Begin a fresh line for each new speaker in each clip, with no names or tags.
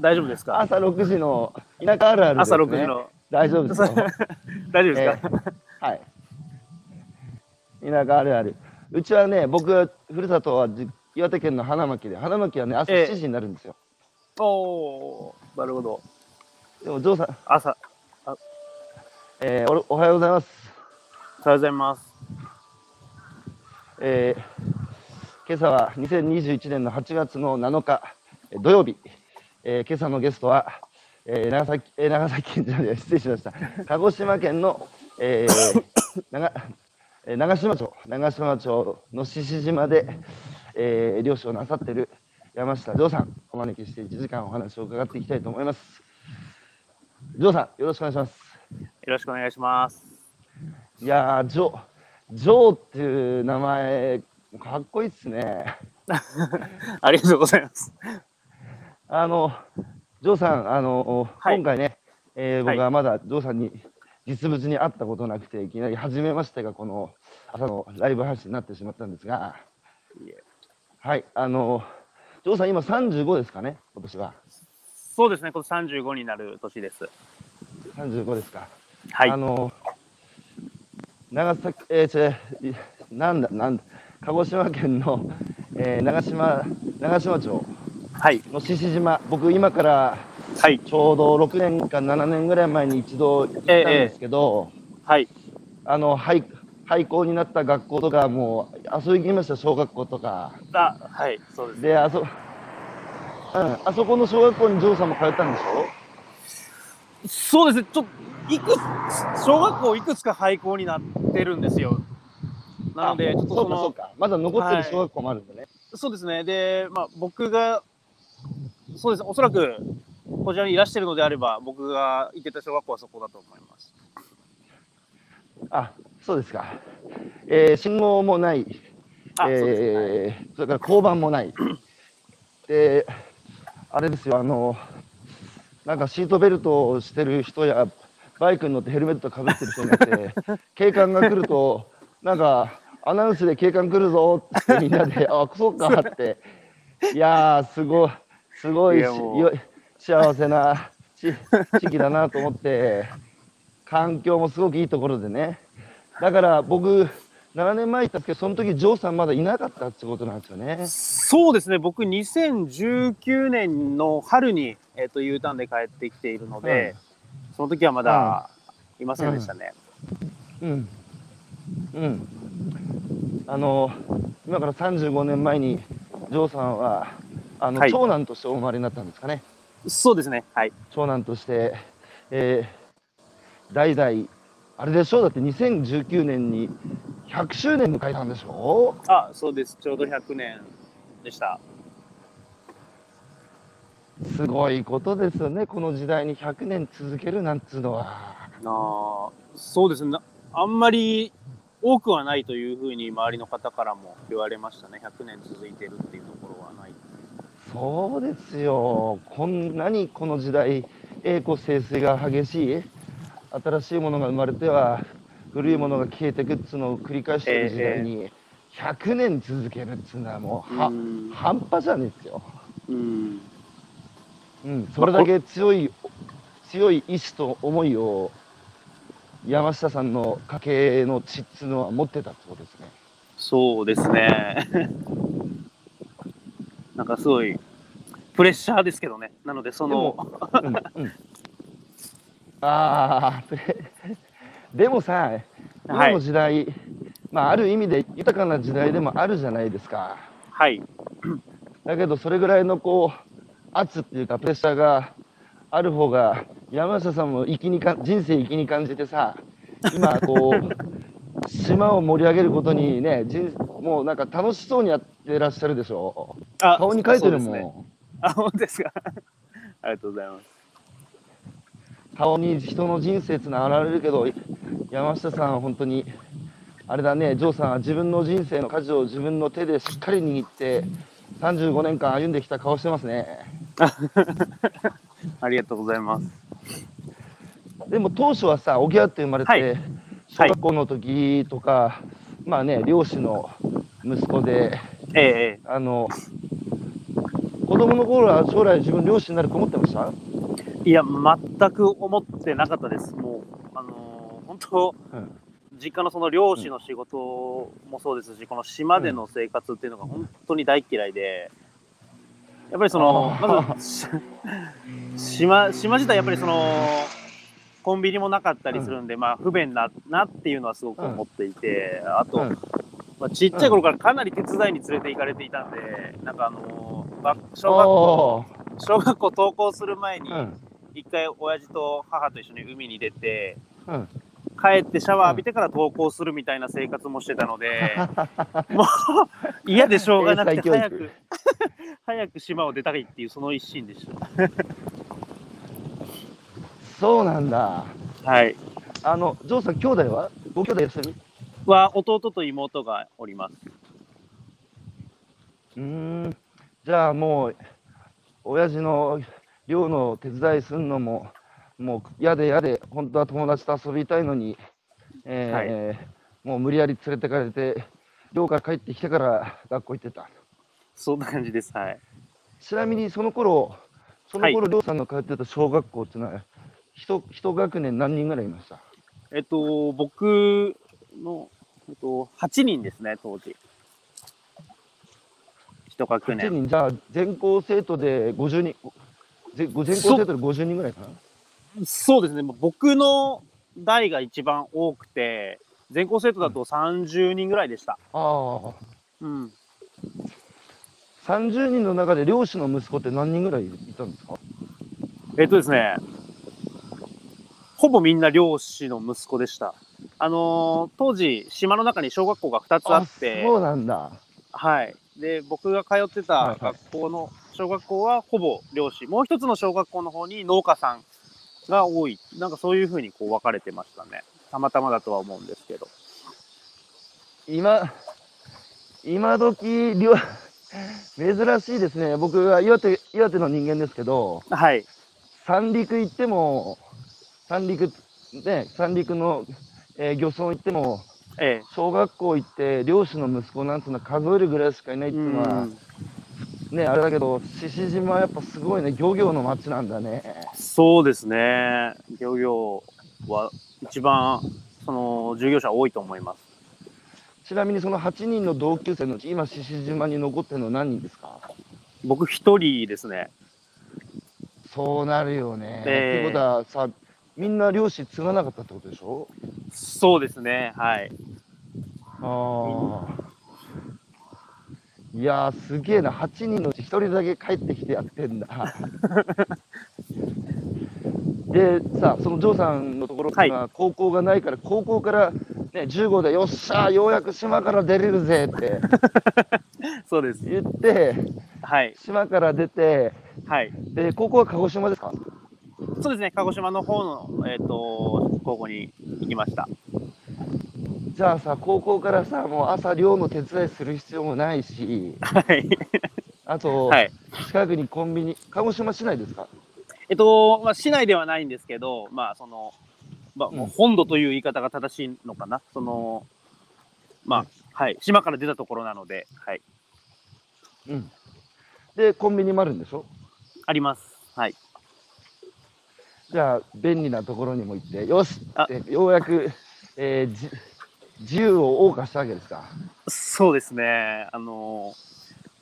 大丈夫ですか
朝6時の田舎あるあるです、
朝
ね、
6時の。
大丈夫ですか
大丈夫ですか、
はい田舎あるあるうちはね僕ふるさとはじ岩手県の花巻で花巻はね朝
ええ
7時になるんですよ、
おー、なるほど。
でもジョーさん、
朝、
えーおおはようございます
おはようございます。
えー今朝は2021年の8月の7日えー土曜日、えー今朝のゲストは、えー長崎、えー長崎県じゃない失礼しました、鹿児島県の、えー長えー長島町、長島町の獅子島で、えー漁師をなさっている山下城さん、お招きして1時間お話を伺っていきたいと思います。城さん、よろしくお願いします。
よろしくお願いします。
いやー、ジョー、ジョーっていう名前、かっこいいっすね。
ありがとうございます。
あの、ジョーさん、あの、
はい
今回ね、えー
はい
僕はまだジョーさんに実物に会ったことなくて、いきなり初めましてがこの朝のライブ配信になってしまったんですが
いえ、
はい、あの、ジョーさん今35ですかね、今年は。
そうですね、今年35になる年です。
35ですか。
はい
あ。の、長崎、えー、違ういなんだ、なんだ、鹿児島県の、えー長島、長島町
はい。
の獅子島、僕今から
はい。
ちょうど6年か7年ぐらい前に一度行ったんですけど、
はい。
あの廃廃校になった学校とかもう遊びに行きました小学校とか
あ、はい。そうです。
であそ,、うん、あそこの小学校にジョーさんも通ったんでしょ
そうですね、ちょっと、いくつ、小学校いくつか廃校になってるんですよ。なので、
あ
ちょっと
そ
そう
かそう
の、
かまだ残ってる小学校もあるんだね、
そうですね、で、まあ、僕が、そうですね、おそらく、こちらにいらしてるのであれば、僕が行ってた小学校はそこだと思います。
あそうですか、えー信号もない
あ、そうですねはい
えーそれから交番もない。で、あれですよ、あの、なんかシートベルトをしてる人や、バイクに乗ってヘルメットかぶってる人に なって、警官が来ると、なんか、アナウンスで警官来るぞってみんなで、 あ、そうかって。いやー、すごい、すごい
い
し
やもう
よ幸せな地地域だなと思って、環境もすごくいいところでね。だから僕、7年前行ったんですけど、その時ジョーさんまだいなかったってことなんですよね。
そうですね、僕、2019年の春に、えっと U ターンで帰ってきているので、その時はまだいませんでしたね。
うん。うん。あの、今から35年前に、ジョーさんは、あの、
はい
長男としてお生まれになったんですかね。
そうですね、はい。
長男として、えー代々、あれでしょうだって2019年に100周年迎えたんでしょ
あ、そうです、ちょうど100年でした。
すごいことですよね。この時代に100年続けるなんつうのは。
なあそうですね、なあんまり多くはないというふうに周りの方からも言われましたね、100年続いてるっていうところはない。
そうですよ、こんなにこの時代、栄枯盛衰が激しい、新しいものが生まれては、古いものが消えていくっていうのを繰り返している時代に、100年続けるっていうのは、もうは、
うん
半端じゃないですよ、
うん
うん、それだけ強い、強い意志と思いを、山下さんの家系の血っていうのは持ってたってことですね。
そうですね。 なんかすごいプレッシャーですけどね。なのでそ
で
の
も、うんうん、ああ、でもさ、今の時代、まあ、ある意味で豊かな時代でもあるじゃないですか。
はい。
だけど、それぐらいのこう圧っていうか、プレッシャーがある方が、山下さんも生きにか人生生きに感じてさ、今、こう、島を盛り上げることにね、人もうなんか楽しそうにやってらっしゃるでしょ。
あ
顔に書いてるも。
そうんですねあ、本当ですか。 ありがとうございます。
顔に人の人生つながられるけど山下さんは本当にあれだねジョーさんは自分の人生の舵を自分の手でしっかり握って35年間歩んできた顔してますね
ありがとうございます。
でも当初はさおぎゃって生まれて、
はい
小学校の時とか、まあね漁師の息子で
ええええ
あの子供の頃は将来自分漁師になると思ってました、
いや、全く思ってなかったです。もう、あのー本当、
うん
実家のその漁師の仕事もそうですし、この島での生活っていうのが本当に大嫌いで、やっぱりその
あ、ー
まず、し島、島自体やっぱりその、コンビニもなかったりするんで、まあ不便だなっていうのはすごく思っていて、あと、
うん
まあ、ちっちゃい頃からかなり手伝いに連れて行かれていたんで、なんかあのーば小学校、小学校登校する前に、
おーうん
一回親父と母と一緒に海に出て、
うん
帰ってシャワー浴びてから登校するみたいな生活もしてたので、もう嫌でしょうがなく
英才
て
教育
早く早く島を出たいっていうその一心でし
そうなんだ
た。はい。
あのジョーさん兄弟はご兄弟でする
は弟と妹がおります。
うーんじゃあもう親父の寮の手伝いするのももう嫌で嫌で本当は友達と遊びたいのに、えーもう無理やり連れてかれて寮から帰ってきてから学校行ってた
そんな感じです。はい。
ちなみにその頃その
は
頃寮さんの通ってた小学校っていうのは一一学年何人ぐらいいました
えっと、僕の、えっと、8人ですね、当時。一学
8
年。
人じゃあ全校生徒で50人ぜ全校生徒で50人ぐらいかな
そうですね、もう僕の代が一番多くて、全校生徒だと30人ぐらいでした。
ああ
うん、
30人の中で漁師の息子って何人ぐらいいたんですか
えっとですね、ほぼみんな漁師の息子でした。あのー当時、島の中に小学校が2つあって、
そうなんだ。
はい。で、僕が通ってた学校の、小学校はほぼ漁師、もう一つの小学校の方に農家さんが多い。なんかそういうふうにこう分かれてましたね。たまたまだとは思うんですけど。
今、今時漁、珍しいですね。僕は岩手、岩手の人間ですけど、
はい。
三陸行っても、三陸、ね、三陸の、えー漁村行っても、
ええ。
小学校行って漁師の息子なんていうのは数えるぐらいしかいないっていうのは、
うん
ね、あれだけど、獅子島はやっぱすごいね、漁業の町なんだね。
そうですね。漁業は一番、その、従業者多いと思います。
ちなみにその8人の同級生のうち、今獅子島に残ってるの何人ですか
僕一人ですね。
そうなるよね。
ええ
ってことはさ、みんな漁師継がなかったってことでしょ
そうですね。はい。
ああ。いやー、すげえな。8人のうち1人だけ帰ってきてやってんだ。 で、さ、そのジョーさんのところには高校がないから、高校から、ね、15で、よっしゃー、ようやく島から出れるぜって
そうです。
言って、
はい。
島から出て、
はい。
で、高校は鹿児島ですか
そうですね。鹿児島の方の、えっ、と、高校に行きました。
じゃあさ、高校からさ、もう朝寮の手伝いする必要もないし、
はい。
あと、
はい。
近くにコンビニ、鹿児島市内ですか
えっと、まあ、市内ではないんですけど、まあ、その、まあ、
うん
もう本土という言い方が正しいのかな。その、まあ、はい。島から出たところなので、はい。
うん。で、コンビニもあるんでしょ
あります。はい。
じゃあ、便利なところにも行って、よし
あ
って、ようやく、えーじ自由を謳歌したわけですか。
そうですね。あの、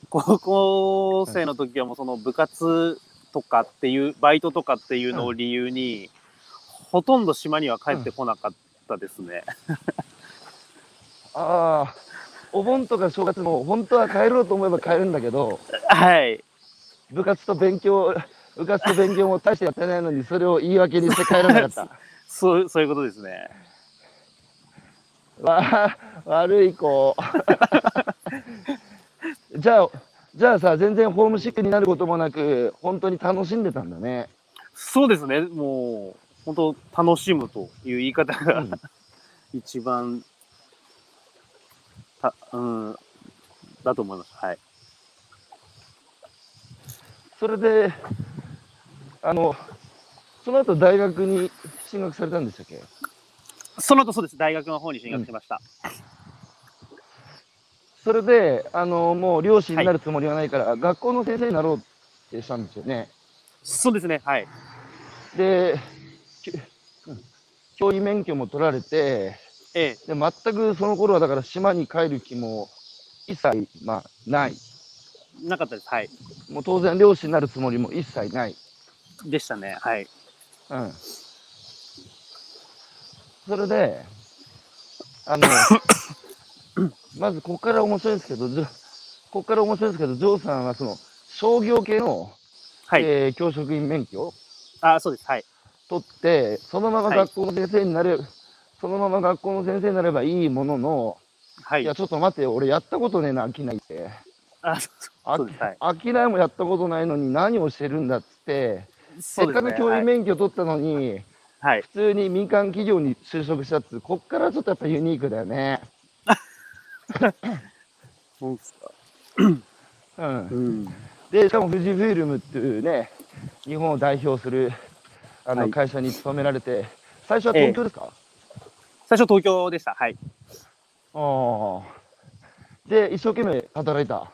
高校生の時はもうその部活とかっていう、バイトとかっていうのを理由に、ほとんど島には帰ってこなかったですね。
ああ、お盆とか正月も、本当は帰ろうと思えば帰るんだけど、
はい。
部活と勉強、部活と勉強も大してやってないのに、それを言い訳にして帰らなかった。
そう、そういうことですね。
わあ、悪い子。 じゃあ、じゃあさ、全然ホームシックになることもなく、本当に楽しんでたんだね。
そうですね。もう、本当楽しむという言い方が、
うん
一番、た、うん、だと思います。はい。
それで、あの、その後大学に進学されたんでしたっけ
その後そうです。大学の方に進学しました。
それで、あの、もう漁師になるつもりはないから、学校の先生になろうえーしたんですよね。
そうですね、はい。
で、きうん教員免許も取られて、
ええ、
で全くその頃はだから島に帰る気も一切、まあ、ない。
なかったです、はい。
もう当然漁師になるつもりも一切ない。
でしたね、はい。
うん。それで、あの、まずここから面白いんですけど、じょここから面白いんですけど、ジョーさんはその商業系の、
はい。
えー教職員免許を
あ、そうです、はい。
取って、そのまま
はい
学校の先生になれ、そのまま学校の先生になればいいものの、、
はいい
や、。ちょっと待ってよ、俺やったことねえな、飽きないって。
あ、そ
あ
そうです、はい。
飽きないもやったことないのに何をしてるんだっつって、せ
そ
っ
う
か
です
く
ね
教
は
員
い
免許取ったのに、
はい。
普通に民間企業に就職したっつうこっからちょっとやっぱユニークだよね。
そうですか。
うん、
うん。
でしかも富士フィルムっていうね日本を代表するあ
は
の
い
会社に勤められて、最初は東京ですか、
最初東京でした、はい。
ああで一生懸命働いた。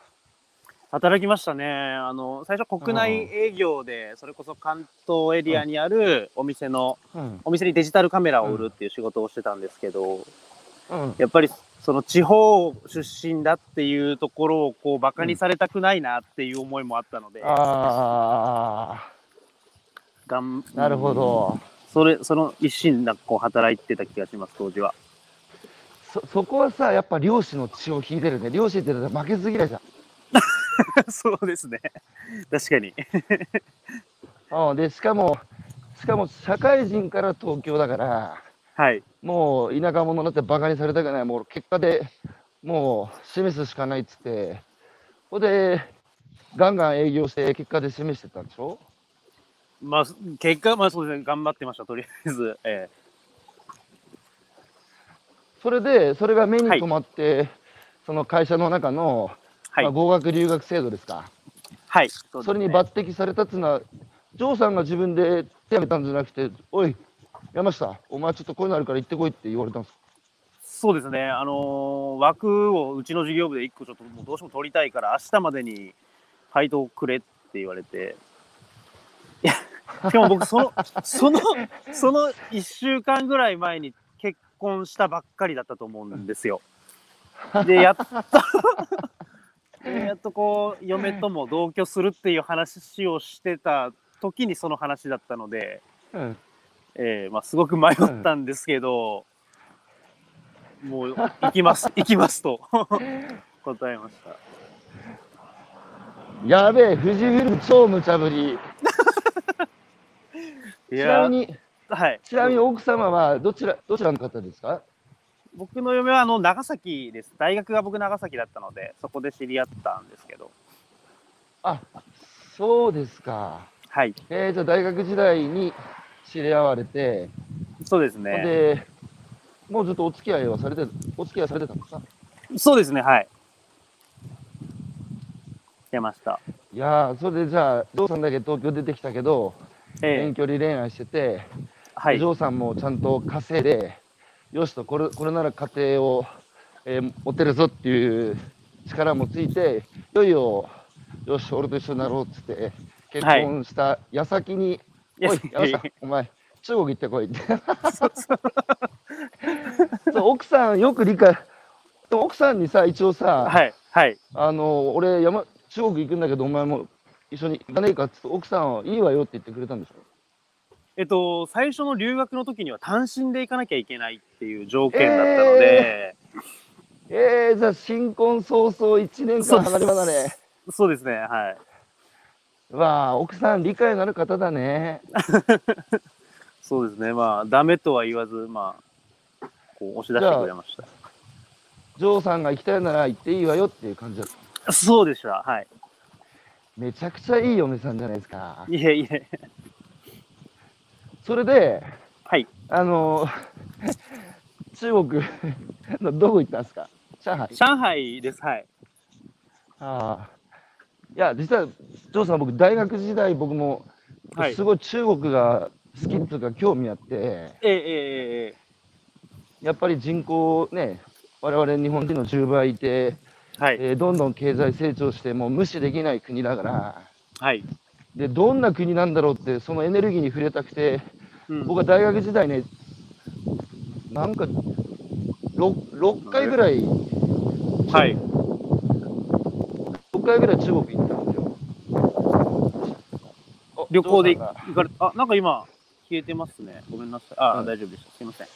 働きましたね。あの、最初国内営業で、それこそ関東エリアにあるお店の、
うん
お店にデジタルカメラを売るっていう仕事をしてたんですけど、
うん
やっぱりその地方出身だっていうところをこうバカにされたくないなっていう思いもあったので、
あ
がん
あなるほど、
それその一心なこう働いてた気がします当時は
そそこはさやっぱ漁師の血を引いてるね漁師って言ったら負けず嫌いじゃん
そうですね確かに
ああでしかもしかも社会人から東京だから
はい
もう田舎者だってバカにされたくない、もう結果でもう示すしかないっつって、ほんで、ガンガン営業して、結果で示してたんでしょ
まあ結果まあそうですね頑張ってましたとりあえず、え
それで、それが目に
はい
留まって、その会社の中の、
えはい、
まあ合格留学制度ですか、
はい
そ
そ
れに抜擢されたっていうのは、ジョーさんが自分で手を挙げたんじゃなくて、おい、山下、お前ちょっとこういうのあるから行ってこいって言われたんです
そうですね、あのー枠をうちの事業部で1個ちょっともうどうしても取りたいから、明日までに配当くれって言われて、いや、でも僕その、その、その1週間ぐらい前に結婚したばっかりだったと思うんですよ。で、やっと、でやっとこう、嫁とも同居するっていう話をしてた時にその話だったので、
うん、
えーまあ、すごく迷ったんですけど、もう行き ます行きますと 答えました
やべえ、富士フィルム超無茶ぶり。
い
ち
やー
なみに、
はい
ちなみに奥様はどちらどちらの方ですか
僕の嫁はあの長崎です大学が僕長崎だったのでそこで知り合ったんですけど
あそうですか。
はい
えー、じゃあ大学時代に知り合われて、
そうです
ほん
ね
で、もうずっとお付き合いはされて、お付き合いされてたんですか
そうですねはい出ました
いやー、それでじゃあ、ジョーさんだけ東京出てきたけど、
ええ
遠距離恋愛してて、
はい
ジョーさんもちゃんと稼いで、よしと、これこれなら家庭を、えー持てるぞっていう力もついて、いよいよ、よし、俺と一緒になろうっつって、結婚した矢先に、
いや
おい、山下
いやい、
お前、中国行ってこいって。そう奥さん、よく理解、でも奥さんにさ、一応さ、
やはいはい
あの俺山、中国行くんだけど、お前も一緒に行かねえかって言って、奥さんは、いいわよって言ってくれたんでしょ。
えっと最初の留学の時には単身で行かなきゃいけないっていう条件だったので、
えー、じゃあ、新婚早々1年間離れ離れ。
そうですねはい
わあ、奥さん理解のある方だね。
そうですね、まあ、ダメとは言わず、まあ、こう押し出してくれまし
ジョーさんが行きたいなら行っていいわよっていう感じだった。
た。そうでした、はい。
めちゃくちゃいい嫁さんじゃないですか。
いえいえ、
それで、
はい。
あの中国のどこ行ったんですか上海。
上海です、はい。
ああ。いや、実は、ジョーさん、僕、大学時代、僕も、
はい
すごい中国が好きっていうか、興味あって、
ええええええ
やっぱり人口ね、我々日本人の10倍いて、
はい、
えーどんどん経済成長して、もう無視できない国だから、
はい。
でどんな国なんだろうってそのエネルギーに触れたくて
うん
僕は大学時代ねなんか 6, 六回ぐらい
はい。
6回ぐらい中国行ったんですよお
旅行で
どうなんだ
行かれあ、なんか今、消えてますね。ごめんなさい。あ、
うん
大丈夫でした。すいません。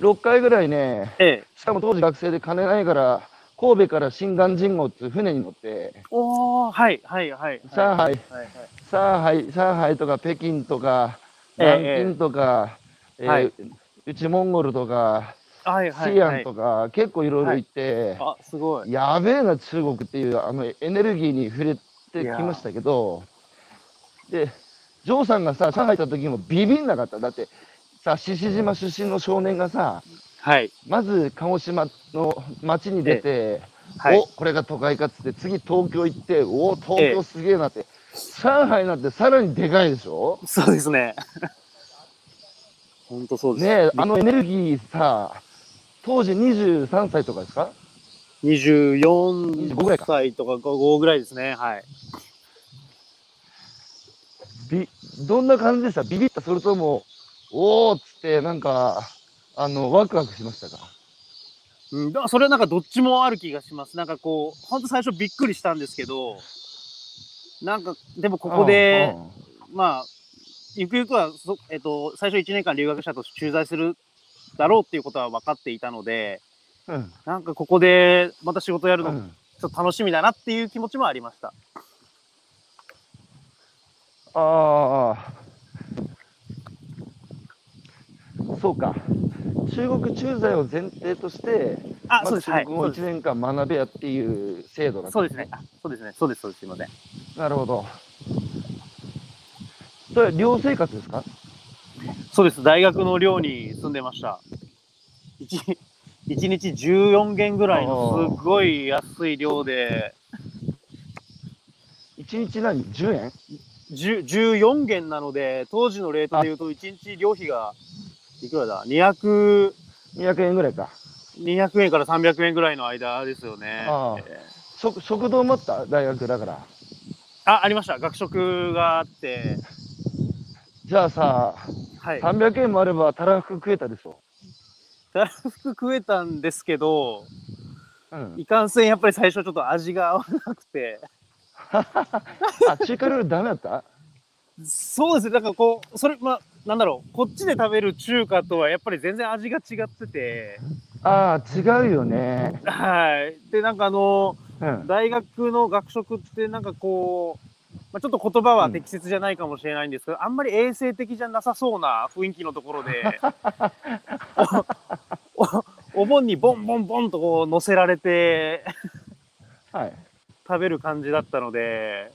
6回ぐらいね
ええ。
しかも当時学生で金ないから神戸から新岩神号っていう船に乗って
おー、はい、はい、はい。
上
は
海
い、はい。
上海上海とか北京とか
ええ
南京とか、えー
はいう
ちモンゴルとか、
はい、はい。
シアンとか、結構いろいろ行って、
はいあ、すごい。
やべえな中国っていうあのエネルギーに触れてきましたけどでジョーさんがさ上海行った時もビビんなかっただってさ獅子島出身の少年がさ
はい。
まず鹿児島の町に出て、
はい
お。これが都会かっつって次東京行っておお東京すげえなって、上海なんてさらにでかいでしょ
そうですね。 本当そうです。
ねえあのエネルギーさ当時23歳とかですか25ぐら
24
いか
歳とか5ぐらいですね。はい。
びどんな感じでしたビビったそれともおおっつってなんかあのワクワクしましたか
うん、だからそれはなんかどっちもある気がします。なんかこう、本当最初びっくりしたんですけど、なんか、でもここで、
うんうん
まあ、ゆくゆくはそ、えっと、最初1年間留学者として駐在するだろうっていうことは分かっていたので、
うん
なんかここでまた仕事やる
う
の、ち
ん
ょっと楽しみだなっていう気持ちもありました。
ああそうか中国駐在を前提として
あ、
ま
そうで
ず
す。は
中
い。
国
そ
語
う
を
です
1年間学べやっていう制度だった
そうですね。あそうですね。そうです。そうです。すいません。
なるほど。それ、寮生活ですか
そうです。大学の寮に住んでました。一一日14軒ぐらいのすごい安い量で、
一日何 ?10 円
10 14軒なので、当時のレートで言うと1日寮費が、いくらだ ?200、
?200 円ぐらいか。
200円から300円ぐらいの間ですよね。
ああ
えー
食食堂もあった大学だから。
あ、ありました。学食があって、
じゃあさ、
はい。
300円もあればたらふく食えたでしょ。
たらふく食えたんですけど、
うん。
いかんせんやっぱり最初ちょっと味が合わなくて、
あ、中華料理ダメだった
そうですね、なんかこう、それ、まあ、なんだろう、こっちで食べる中華とはやっぱり全然味が違ってて、
ああ、違うよね。
はい。で、なんかあの、
うん。
大学の学食って、なんかこう、まあ、ちょっと言葉は適切じゃないかもしれないんですけど、あんまり衛生的じゃなさそうな雰囲気のところ で、おおお盆にボンボンボンとこう乗せられて
はい。
食べる感じだったので、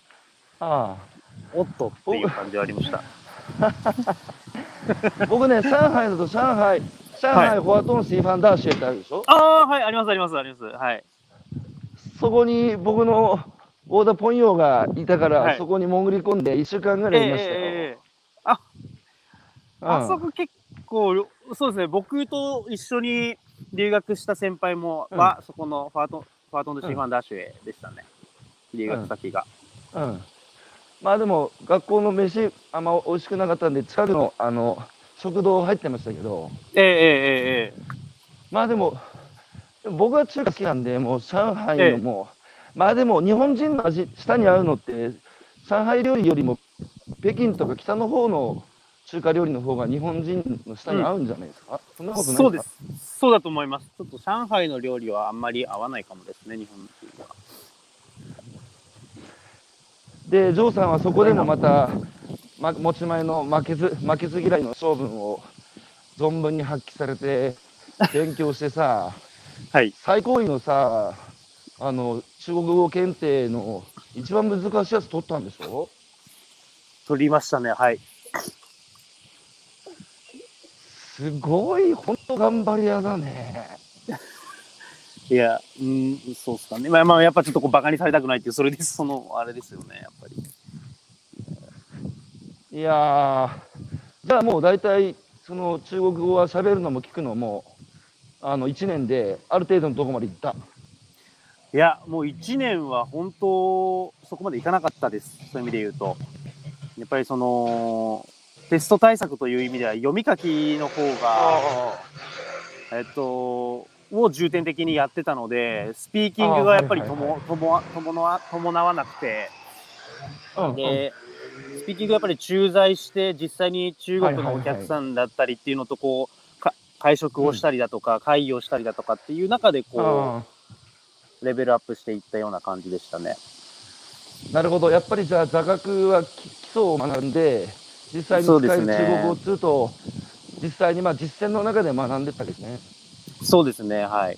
あ
おっとっていう感じはあり ました。
あ。僕ね、上海だと上海、上
はい
海フォアトンシーファンダーシェってあるでしょ、
ああ、はい、あります、あります、あります。はい。
そこに僕の大田ポンヨーがいたから、
はい
そこに潜り込んで1週間ぐらいいましたよ。
ええええええ
うん
あそこ結構、そうですね、僕と一緒に留学した先輩も、
うん
は、そこのファートン、ファートンドシーファンダッシュへでしたね。留学先が。
うんまあでも学校の飯あんま美味しくなかったんで近くのあの食堂入ってましたけど
えええええ
まあでもでも僕は中華好きなんでもう上海のもう、まあでも日本人の味舌に合うのって上海料理よりも北京とか北の方の中華料理の方が日本人の舌に合うんじゃないですか、そんな
え
ことない
そうです。そうだと思います。ちょっと上海の料理はあんまり合わないかもですね、日本人は。
でジョーさんはそこでもまた、ま、持ち前の負けず負けず嫌いの性分を存分に発揮されて勉強してさ
はい。
最高位のさあの中国語検定の一番難しいやつ取ったんでしょ
取りましたね、はい。
すごい本当頑張り屋だね
いや、うん、そうっすかね。まあまあ、やっぱちょっとこう、バカにされたくないっていう、それです、その、あれですよね、やっぱり。
いやーじゃあもう大体その中国語は喋るのも聞くのもあの1年である程度のとこまで行った
いや、もう1年は本当、そこまでいかなかったです。そういう意味で言うと。やっぱりその、テスト対策という意味では、読み書きの方が、えっと、を重点的にやってたので、スピーキングがやっぱりとも、とも、ともな、伴わなくて、
うんうん
で、スピーキングやっぱり駐在して、実際に中国のお客さんだったりっていうのと、こう、か会食をしたりだとか、会議をしたりだとかっていう中で、こ
あ
う、レベルアップしていったような感じでしたね。
ーなるほど、やっぱりじゃあ、座学はき基礎を学んで、実際に使
そ
え
う
る
です
中
ね
国語通と、実際にまあ実践の中で学んでったわけですね。
そうですね、はい。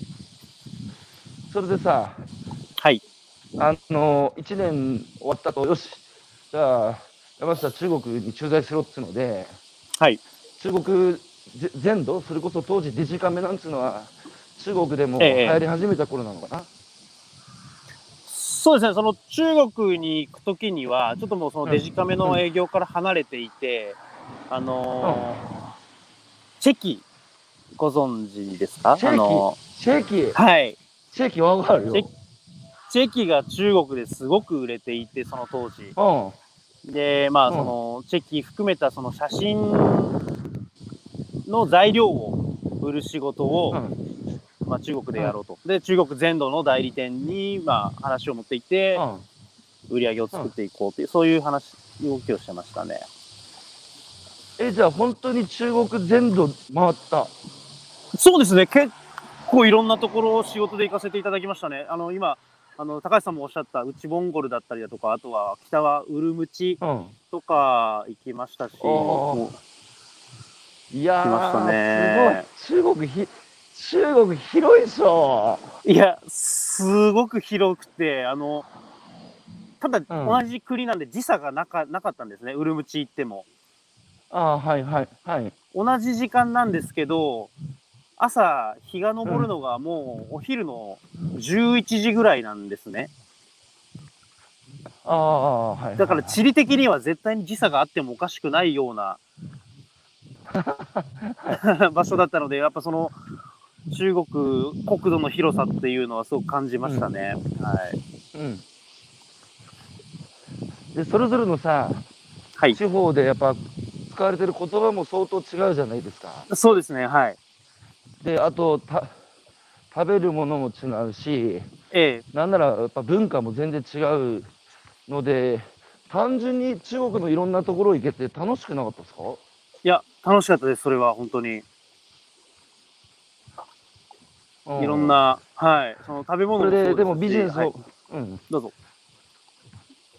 それでさ、
はい。
あの1年終わったと、よし、じゃあ、山下、中国に駐在しろっつうので、
はい。
中国ぜ全土、それこそ当時、デジカメなんつうのは、中国でも流
ええ
行り始めた頃なのかな。
そうですね、その中国に行くときには、ちょっともうそのデジカメの営業から離れていて、あのーチェキ、ご存知ですか
チェキ
あの
シェーキ
ー、はい。
シェーキわかるよ。
チェチェキが中国ですごく売れていて、その当時。
うん
で、まあ、
うん
その、チェキ含めたその写真の材料を売る仕事を、
うん
まあ、中国でやろうと。で、中国全土の代理店に、まあ、話を持っていって、
うん
売り上げを作っていこうっていう、そういう話、動きをしてましたね。
え、じゃあ本当に中国全土回った。
そうですね、結構いろんなところを仕事で行かせていただきましたね。あの、今、あの、高橋さんもおっしゃった、内モンゴルだったりだとか、あとは北はウルムチ
うん。
とか行きましたし、
おー
も
いや
来ました
ー
ね、
すごい。中国ひ、中国広いでしょ。
ういや、すごく広くて、あの、ただ、同じ国なんで時差がなかなかったんですね、ウルムチ行っても。
あーはいはいはい。
同じ時間なんですけど、朝、日が昇るのがもうお昼の11時ぐらいなんですね。
ああ、はいはいはい。
だから地理的には絶対に時差があってもおかしくないよう な場所だったので、やっぱその中国国土の広さっていうのはすごく感じましたね。はい。
うん。で、それぞれのさ、
はい。
地方でやっぱ使われてる言葉も相当違うじゃないですか。
そうですね、はい。
で、あと、た食べるものも違うし、
ええ
なんならやっぱ文化も全然違うので、単純に中国のいろんなところ行けて楽しくなかったですか
いや、楽しかったです、それは、本当に。いろん。な、はい。その食べ
うん
物
それ
そう
で、
す
でもビジネスを、
はい
うん、
どうぞ。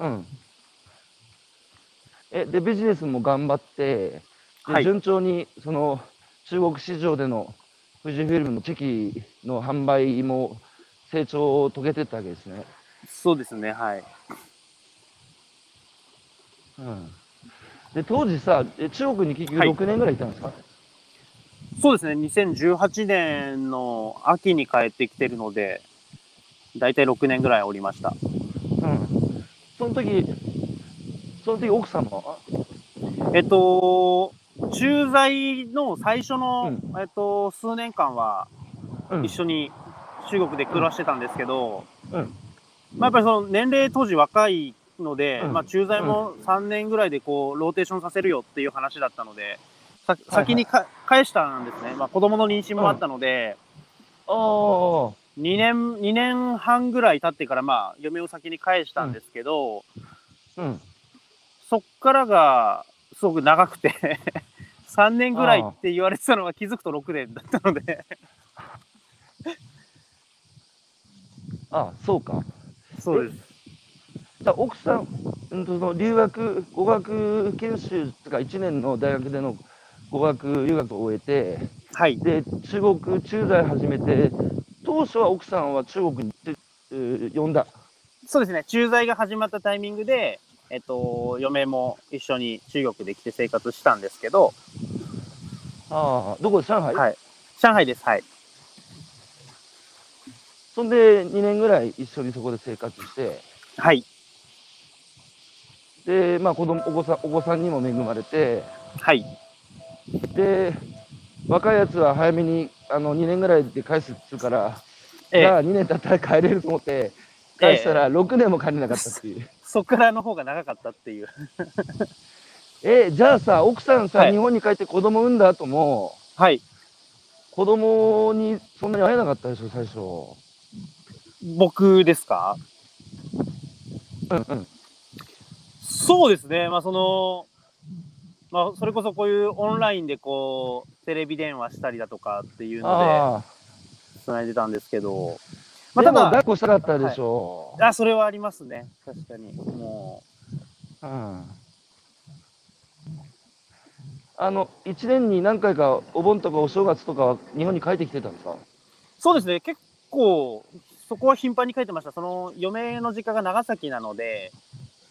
うん。え、で、ビジネスも頑張って、で
はい
順調に、その、中国市場での富士フィルムのチェキの販売も成長を遂げてったわけですね。
そうですね、はい。
うん。で、当時さ、え中国に結局
はい
6年ぐらいいたんですか、
そうですね、2018年の秋に帰ってきてるので、だいたい6年ぐらいおりました。
うん。その時、その時奥様は
えっと、駐在の最初の、
う
えっと、数年間は
うん
一緒に中国で暮らしてたんですけど、
うん
まあ、やっぱりその年齢当時若いので、
うん
まあ、駐在も3年ぐらいでこうローテーションさせるよっていう話だったので、さ先にか、返したんですね。まあ、子供の妊娠もあったので、
ああ。
2年、2年半ぐらい経ってから、まあ、嫁を先に返したんですけど、
うん。
そっからがすごく長くて 3年ぐらいって言われてたのが気づくと6年だったので
あ、そうか。
そうです
だから奥さん、うんと、その留学、語学研修とか1年の大学での語学留学を終え
はい
て、で、中国駐在始めて、当初は奥さんは中国に行って、えー呼んだ。
そうですね駐在が始まったタイミングでえっと嫁も一緒に中国で来て生活したんですけど
ああ、どこ上海、
はい上海ですはい
そんで2年ぐらい一緒にそこで生活して、
はい
で、まあ子供、お子さん、お子さんにも恵まれて、
はい
で、若いやつは早めに、あの、2年ぐらいで返すっつうから、
ええ
が2年経ったら帰れると思って、返したら6年も帰れなかったっていう。
そっからの方が長かったっていう。
え、じゃあさ、奥さんさ、
はい
日本に帰って子供産んだ後も、
はい。
子供にそんなに会えなかったでしょ、最初。
僕ですか
うんうん。
そうですね。まあ、その、まあ、それこそこういうオンラインでこう、テレビ電話したりだとかっていうの
ああ。
で、繋いでたんですけど、ま
ま
あ、
た
た
だ、抱
だ
っ、こしたかったでしょ。
あ、それはありますね。確かに。も
うん。あの、1年に何回かお盆とかお正月とかは日本に帰ってきてたんですか
う、そうですね。結構、そこは頻繁に書いてました。その、嫁の実家が長崎なので、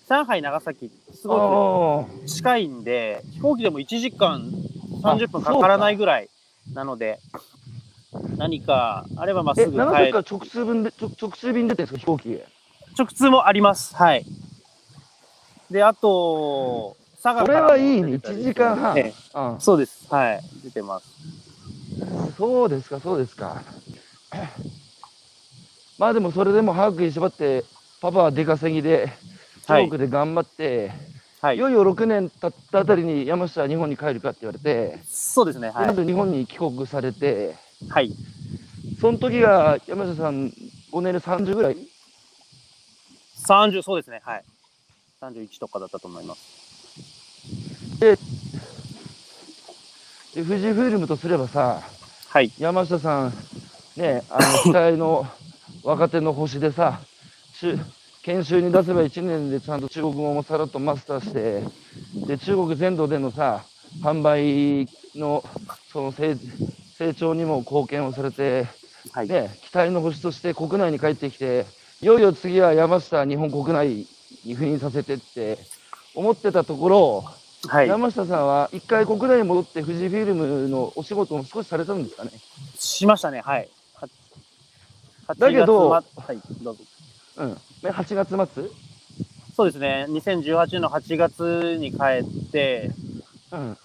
上海、長崎、すごく
あ
近いんで、飛行機でも1時間30分かからないぐらいなので、何かあればまあ
あ。え、
すぐ帰
長崎か
る。
ら直通便で、直直通便出てるんですか、飛行機。
直通もあります。はい。で、あと、佐賀
そ
か
れ
らも
はいいね、
出てたり
1時間半。
え
うん
え、そうです。はい。出てます。
そうですか、そうですか。まあでもそれでも早く縛って、パパは出稼ぎで、
は
中
い
国で頑張って、、
はいい。
よいよ6年経ったあたりに山下は日本に帰るかって言われて、
そうですね。は
ま
い。
ず日本に帰国されて、
はい。
その時が山下さん、5年で30ぐらい
30、そうですね。はい。31とかだったと思います。
で、富士フイルムとすればさ、
はい。
山下さん、ね、あ の期待の若手の星でさ、中研修に出せば1年でちゃんと中国語もさらっとマスターして、で中国全土でのさ、販売のその成成長にも貢献をされて、
はい。
ね、期待の星として国内に帰ってきて、いよいよ次は山下日本国内に赴任させてって思ってたところ、
はい。
山下さんは一回国内に戻って富士フィルムのお仕事も少しされたんですかね。
しましたね。はい。は
だけど
8月末はい。どうぞ。
うん、ね8月末
そうですね。2018年の8月に帰って、
うん、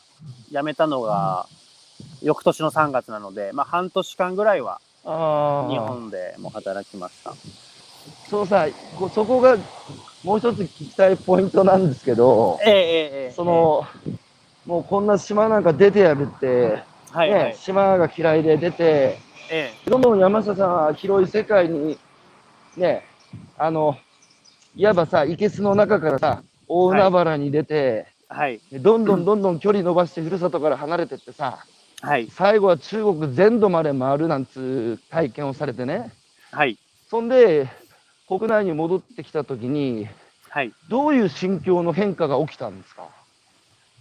辞めたのが、翌年の3月なので、まあ、半年間ぐらいは
あ
日
あ、
本でも働きました。
そうさ、こうそこがもう一つ聞きたいポイントなんですけど、
ええええええ
そ、の、もうこんな島なんか出てやるって、
はいはい、
ね、島が嫌いで出て、
え
どんどん山下さんは広い世界に、ね、あの、いわばさ、生けすの中からさ、大海原に出て、
えはい、
でどんどんどんどん距離伸ばしてふるさとから離れてってさ、
はい、
最後は中国全土まで回るなんつう体験をされてね、
はい、
そんで、国内に戻ってきたときに、
はい。
どういう心境の変化が起きたんですか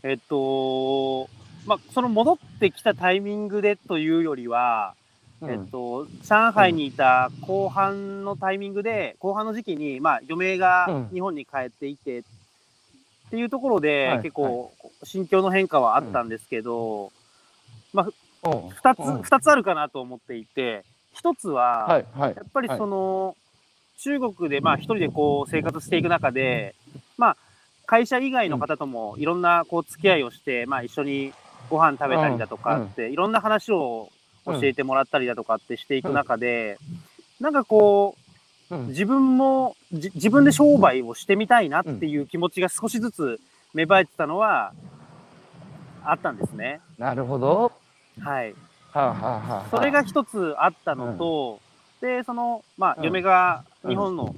えっと、まあ、その戻ってきたタイミングでというよりは、えっと、上海にいた後半のタイミングで、後半の時期に、まあ、嫁が
うん
日本に帰っていて、っていうところで、
はい
結構、心境の変化はあったんですけど、
うん
二つ、
うん
二つあるかなと思っていて、一つは、
はい、はい
や。っぱりその、中国でまあ一人でこう生活していく中で、まあ会社以外の方ともいろんなこう付き合いをして、まあ一緒にご飯食べたりだとかって、いろんな話を教えてもらったりだとかってしていく中で、なんかこ
う
うん自分もじ自分で商売をしてみたいなっていう気持ちが少しずつ芽生えてたのはあったんですね。
なるほど。
はい。
はあ、はあはあ、
それが一つあったのと、で、その、ま
う
あ、
ん
嫁が日本の、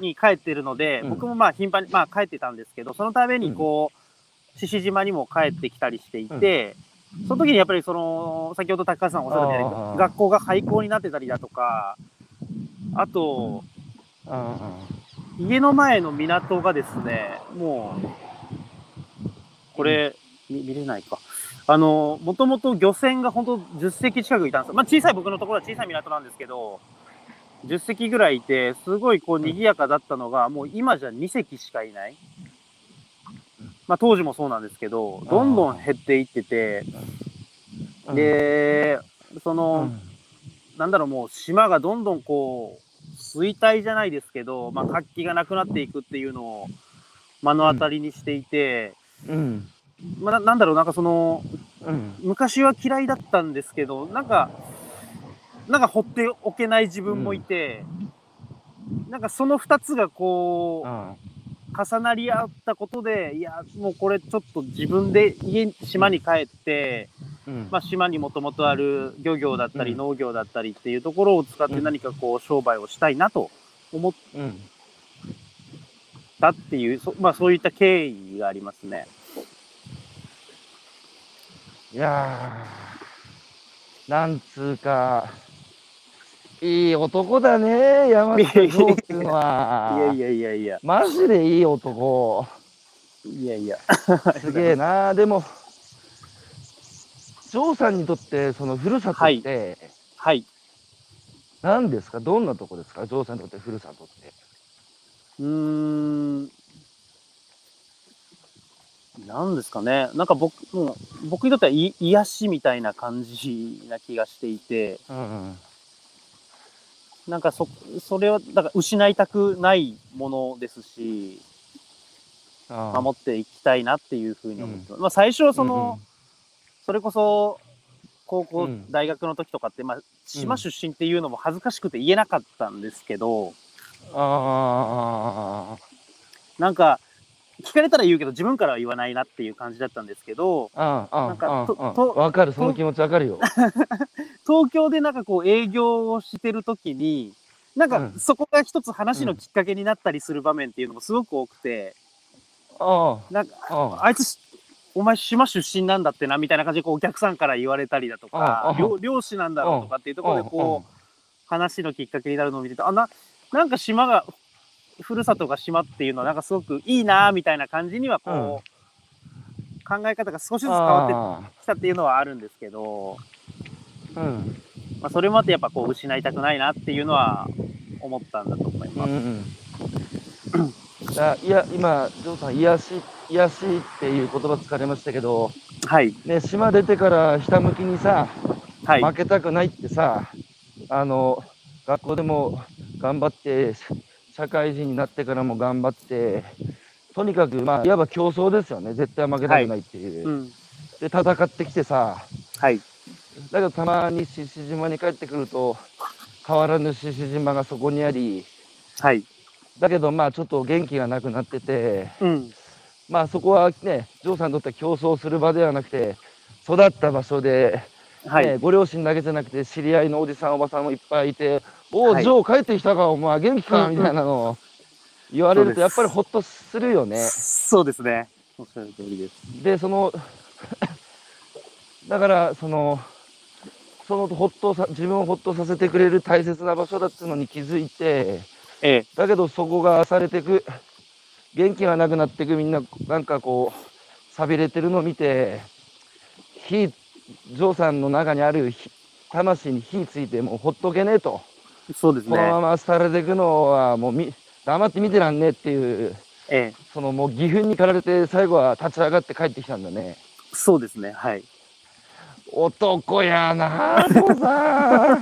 に帰ってるので、
うん
僕もまあ、頻繁に、まあ、帰ってたんですけど、そのためにこう、獅子島にも帰ってきたりしていて、その時にやっぱりその、先ほど高橋さんおっしゃったみたいに
あー、
学校が廃校になってたりだとか、あと、
うんうん
家の前の港がですね、もう、これ、み見れないか。あの、もともと漁船が本当10隻近くいたんですよ。まあ小さい僕のところは小さい港なんですけど、10隻ぐらいいて、すごいこう賑やかだったのが、もう今じゃ2隻しかいない。まあ当時もそうなんですけど、どんどん減っていってて、
うん、
で、そうの、
ん、
なんだろう、もう島がどんどんこう、衰退じゃないですけど、まあ、活気がなくなっていくっていうのを目の当たりにしていて、
うん、
まあ、ななんだろう、なんかその、
うん、
昔は嫌いだったんですけど、なんか、なんか放っておけない自分もいて、なんかその2つがこう、
うん
重なり合ったことで、いや、もうこれちょっと自分で家、島に帰って、
うん
まあ、島にもともとある漁業だったり
うん
農業だったりっていうところを使って
うん
何かこう商売をしたいなと思っ
うん
たっていう、そまあそういった経緯がありますね。
いやーなんつうかいい男だね山下剛っていうのはい
やいやいやいや、
マジでいい男
いやいや。
すげえなでもジョーさんにとってそのふるさとって
はい。
何ですか、どんなとこですかジョーさんにとってふるさとって
うーん。なんですかね。なんか僕、もう僕にとってはい癒しみたいな感じな気がしていて、
うんうん
なんかそ、それは、だから失いたくないものですし、
あ
守っていきたいなっていうふうに思ってます。まあ最初はその、それこそ、高校、
うん
大学の時とかって、まあ、島出身っていうのも恥ずかしくて言えなかったんですけど、
ああ
なんか、聞かれたら言うけど、自分からは言わないなっていう感じだったんですけど、
あ
なん
あ
かと
あ
と
わかるその気持ちわかるよ
東京でなんかこう営業をしてる時に、なん
う
か
ん
そこが一つ話のきっかけになったりする場面っていうのもすごく多くて、
あ
なんか、
あああ
あいつし、お前島出身なんだってな、みたいな感じでこうお客さんから言われたりだと
あ
か
あ、
漁漁師なんだろうとかっていうところでこう、話のきっかけになるのを見てて、あ、な、なんか島が、ふるさとが島っていうのは、なんかすごくいいなぁみたいな感じには、こう、考え方が少しずつ変わっ
あ
てきたっていうのはあるんですけど、
あうん
まあ、それもあってやっぱこう、失いたくないなっていうのは思ったんだと思います。
うんあいや今ジョーさん癒し癒しっていう言葉使われましたけど
はい、
ね島出てからひたむきにさ
はい、
負けたくないってさあの学校でも頑張って社社会人になってからも頑張ってとにかくまあいわば競争ですよね絶対負けたくないっていう、
うん、
で戦ってきてさ
はい、
だけどたまに獅子島に帰ってくると変わらぬ獅子島がそこにあり
はい、
だけどまあちょっと元気がなくなってて
うん、
まあそこはねジョーさんにとっては競争する場ではなくて育った場所で
は
ね
い、
ご両親だけじゃなくて知り合いのおじさんおばさんもいっぱいいて「おお、
はい
ジョー帰ってきたかお前元気か」
うん
みたいなのを言われる
そうで
と
す
やっぱりほっとするよね。
そうですね。おっしゃる通りです。
でその だからそのそのほっとさ自分をほっとさせてくれる大切な場所だっていうのに気づいて
ええ、
だけどそこがされてく元気がなくなってくみんななんかこうさびれてるのを見て火ジョーさんの中にある火魂に火ついてもうほっとけねえと、
そうです
このま
ね。
ま廃れていくのはもうみ黙って見てらんねえっていう
ええ、
そのもう義憤に駆られて最後は立ち上がって帰ってきたんだね
そうですね。はい。
男やなあジョーさ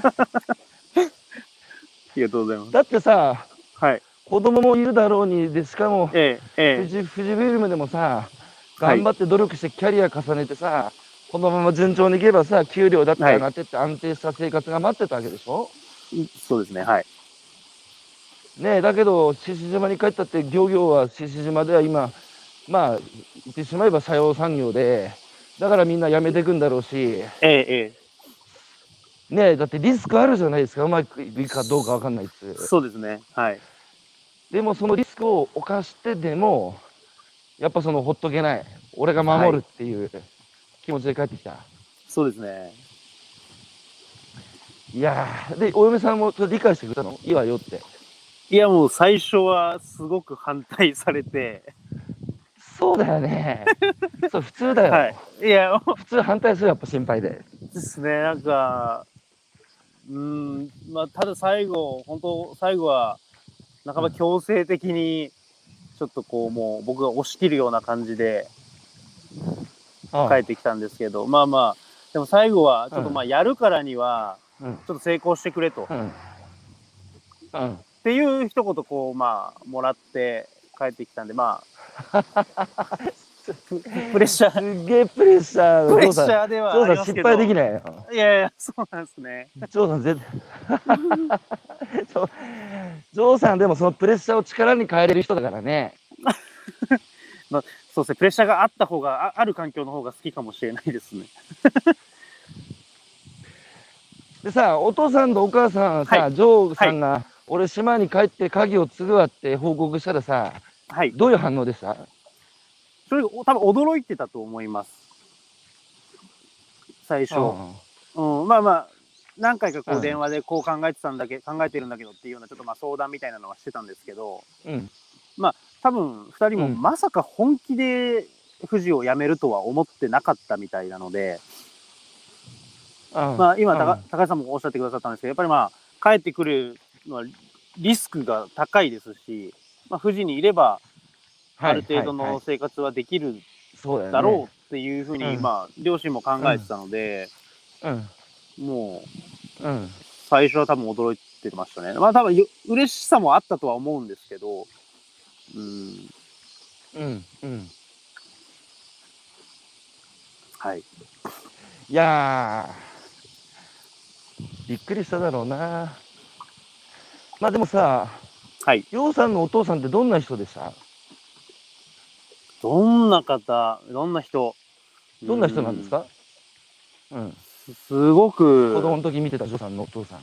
ん
ありがとうございます。
だってさ
はい。
子供もいるだろうにでしかも
ええ、え
富
え、
士富士フィルムでもさ、
はい
頑張って努力してキャリア重ねてさ、このまま順調にいけばさ、給料だったらなってって安定した生活が待ってたわけでしょ、
そうですね。はい。
ねえ、だけど、獅子島に帰ったって、漁業は獅子島では今、まあ、言ってしまえば社用産業で、だからみんな辞めてくんだろうし、
ええ、ええ。
ねえ、だってリスクあるじゃないですか、うまくいくかどうかわかんないっつう。
そうですね。はい。
でもそのリスクを冒してでも、やっぱそのほっとけない、俺が守るっていう気持ちで帰ってきた。
そうですね。
いやー、で、お嫁さんもそれ理解してくれたのいいわよって。
いや、もう最初はすごく反対されて、
そうだ よね。そう、普通だよ。
はい。いや、も
普通反対するやっぱ心配で。
うですね。なんか、うーん、まあ、ただ最後、本当最後は、半ば強制的に、ちょっとこう、もう僕が押し切るような感じで
あ
帰ってきたんですけど、まあまあ、でも最後は、ちょっとまあ、やるからには、
うん。
ちょっと成功してくれと。
うん。うん。
って いう一言こうまあもらって帰ってきたんでまあプレッシャー、
すげえプレッシャー
プレッ
張
シャーではあり
張さ
ます
ん
け
失
ど。
敗できないよ
いやいや、そうなんですね。
ジョーさん絶対 そうジョーさんでもそのプレッシャーを力に変えれる人だからね
そうですね、プレッシャーがあった方が、あある環境の方が好きかもしれないですね。
でさお父さんとお母さんはさ、
は
ジョーさんが、俺島に帰って鍵を継ぐわって報告したらさ
はい。
どういう反応でした
それ、お多分驚いてたと思います。最初。うん、まあまあ、何回かこ
う
うん電話でこう考えてたんだけ、考えてるんだけどっていうような、ちょっとまあ相談みたいなのはしてたんですけど、
うん、うん
多分2人も
うん
まさか本気で富士を辞めるとは思ってなかったみたいなので、
あ
まあ今
だ
高、高橋さんもおっしゃってくださったんですけど、やっぱりまあ、帰ってくるのはリスクが高いですし、まあ、富士にいれば、ある程度の生活はできる
そう
だ
だ
ろ
ろ
うっていうふうに、
うん
まあ、両親も考えてたので、
う、ね、
もう、
うんうん
最初は多分驚いてましたね。まあ多分よ、嬉しさもあったとは思うんですけど、うん、
うんうん
はい。
いやーびっくりしただろうなまあでもさ
はい。
洋さんのお父さんってどんな人でした
どんな方、どんな人、
どんな人なんですかうん、
うんすごく、
子供の時見てたジョーさんのお父さん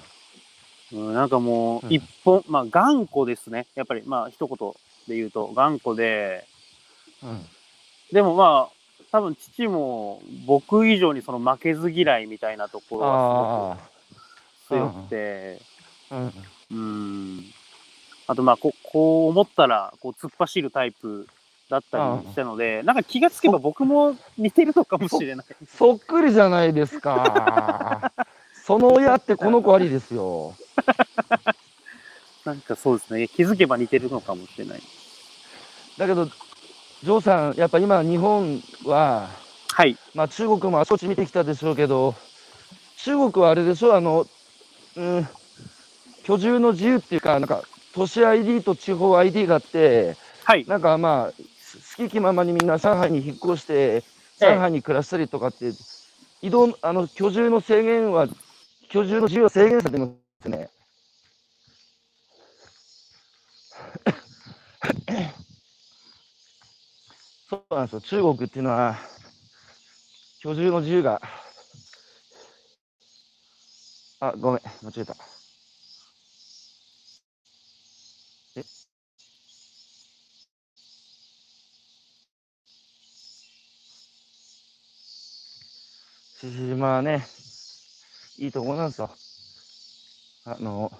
うん、なんかもう、
うん
一本、まあ頑固ですね。やっぱり、まあ一言で言うと、頑固で、
うん
でもまあ、多分父も僕以上にその負けず嫌いみたいなところが
あ
すごく強くて、
あうん
うん。あとまあこう、こう思ったら、こう突っ走るタイプだったりしたので、なんか気がつけば僕も似てるのかもしれない。
そっくりじゃないですかその親ってこの子ありですよ
なんかそうですね。気づけば似てるのかもしれない。
だけどジョーさんやっぱ今日本は
はい。
まあ中国もあちこち見てきたでしょうけど、中国はあれでしょ、あの、うん、居住の自由っていうか、なんか、都市 ID と地方 ID があって、
はい。
なんかまあ、す好き気ままにみんな上海に引っ越して、
ええ
上海に暮らしたりとかって、移動、あの、居住の制限は、居住の自由は制限されてますね。 そうなんですよ、中国っていうのは、居住の自由が、あ、ごめん、間違えた。父島はね、いいとこなんですよ。あの、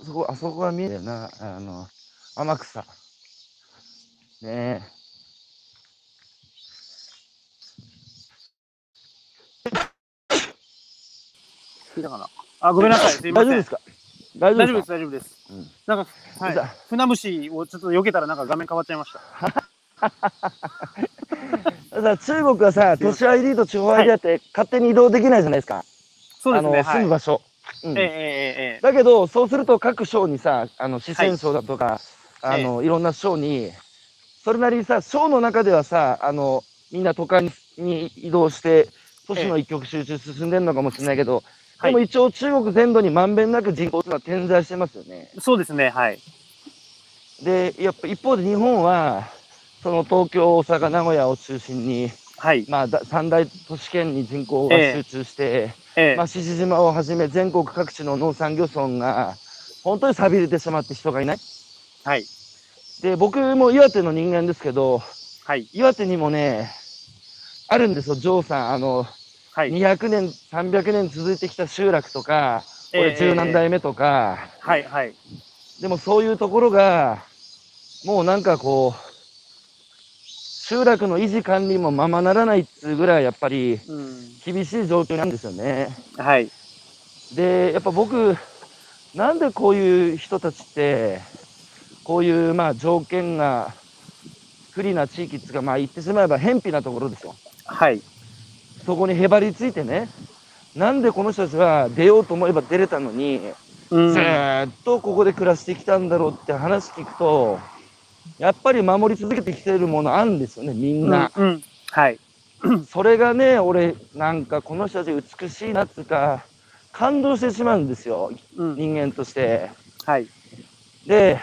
あそこ、あそこが見えるな、あの、天草。ね
聞いたかなあ、ごめんなさい。す
え。
いま
大
せん。
丈夫ですか大丈
大
夫
丈夫
で
ですす、
か
大丈夫です。
うん
なんか、はい
じゃあ。
船虫をちょっと避けたらなんか画面変わっちゃいました。
だから中国はさ、都市 ID と地方 ID だって勝手に移動できないじゃないですか。
そうで
あ
す
の、
ね。は
住
い
む。場所。うん
えええええ
だけど、そうすると各省にさ、あの、四川省だとか、
はい
あの、いろんな省に、それなりにさ、省の中ではさ、あの、みんな都会に移動して、都市の一極集中進んでるのかもしれないけど、
はい
でも一応中国全土にまんべんなく人口というのは点在してますよね。
えそうですね。はい。
で、やっぱ一方で日本は、その東京、大阪、名古屋を中心に、
はい。
まあ、だ三大都市圏に人口が集中して、
ええ
まあ、獅子島をはじめ全国各地の農産漁村が、本当に錆びれてしまって人がいない。
はい。
で、僕も岩手の人間ですけど、
はい。
岩手にもね、あるんですよ、ジョーさん。あの、
はい。
200年、300年続いてきた集落とか、
ええ
俺十何代目とか、
はい。はい。
でもそういうところが、もうなんかこう、集落の維持管理もままならないっつうぐらい、やっぱり
うん。
厳しい状況なんですよね。
はい。
で、やっぱ僕、なんでこういう人たちって、こういうまあ条件が不利な地域っていうか、まあ言ってしまえば偏僻なところですよ。
はい。
そこにへばりついてね、なんでこの人たちは出ようと思えば出れたのに、
うん
ず。ーっとここで暮らしてきたんだろうって話聞くと、やっぱり守り続けてきてるものあるんですよね、みんな。
うん、うんはい。
それがね、俺、なんかこの人たち美しいなっつうか、感動してしまうんですよ、
うん、
人間として。
はい。
で、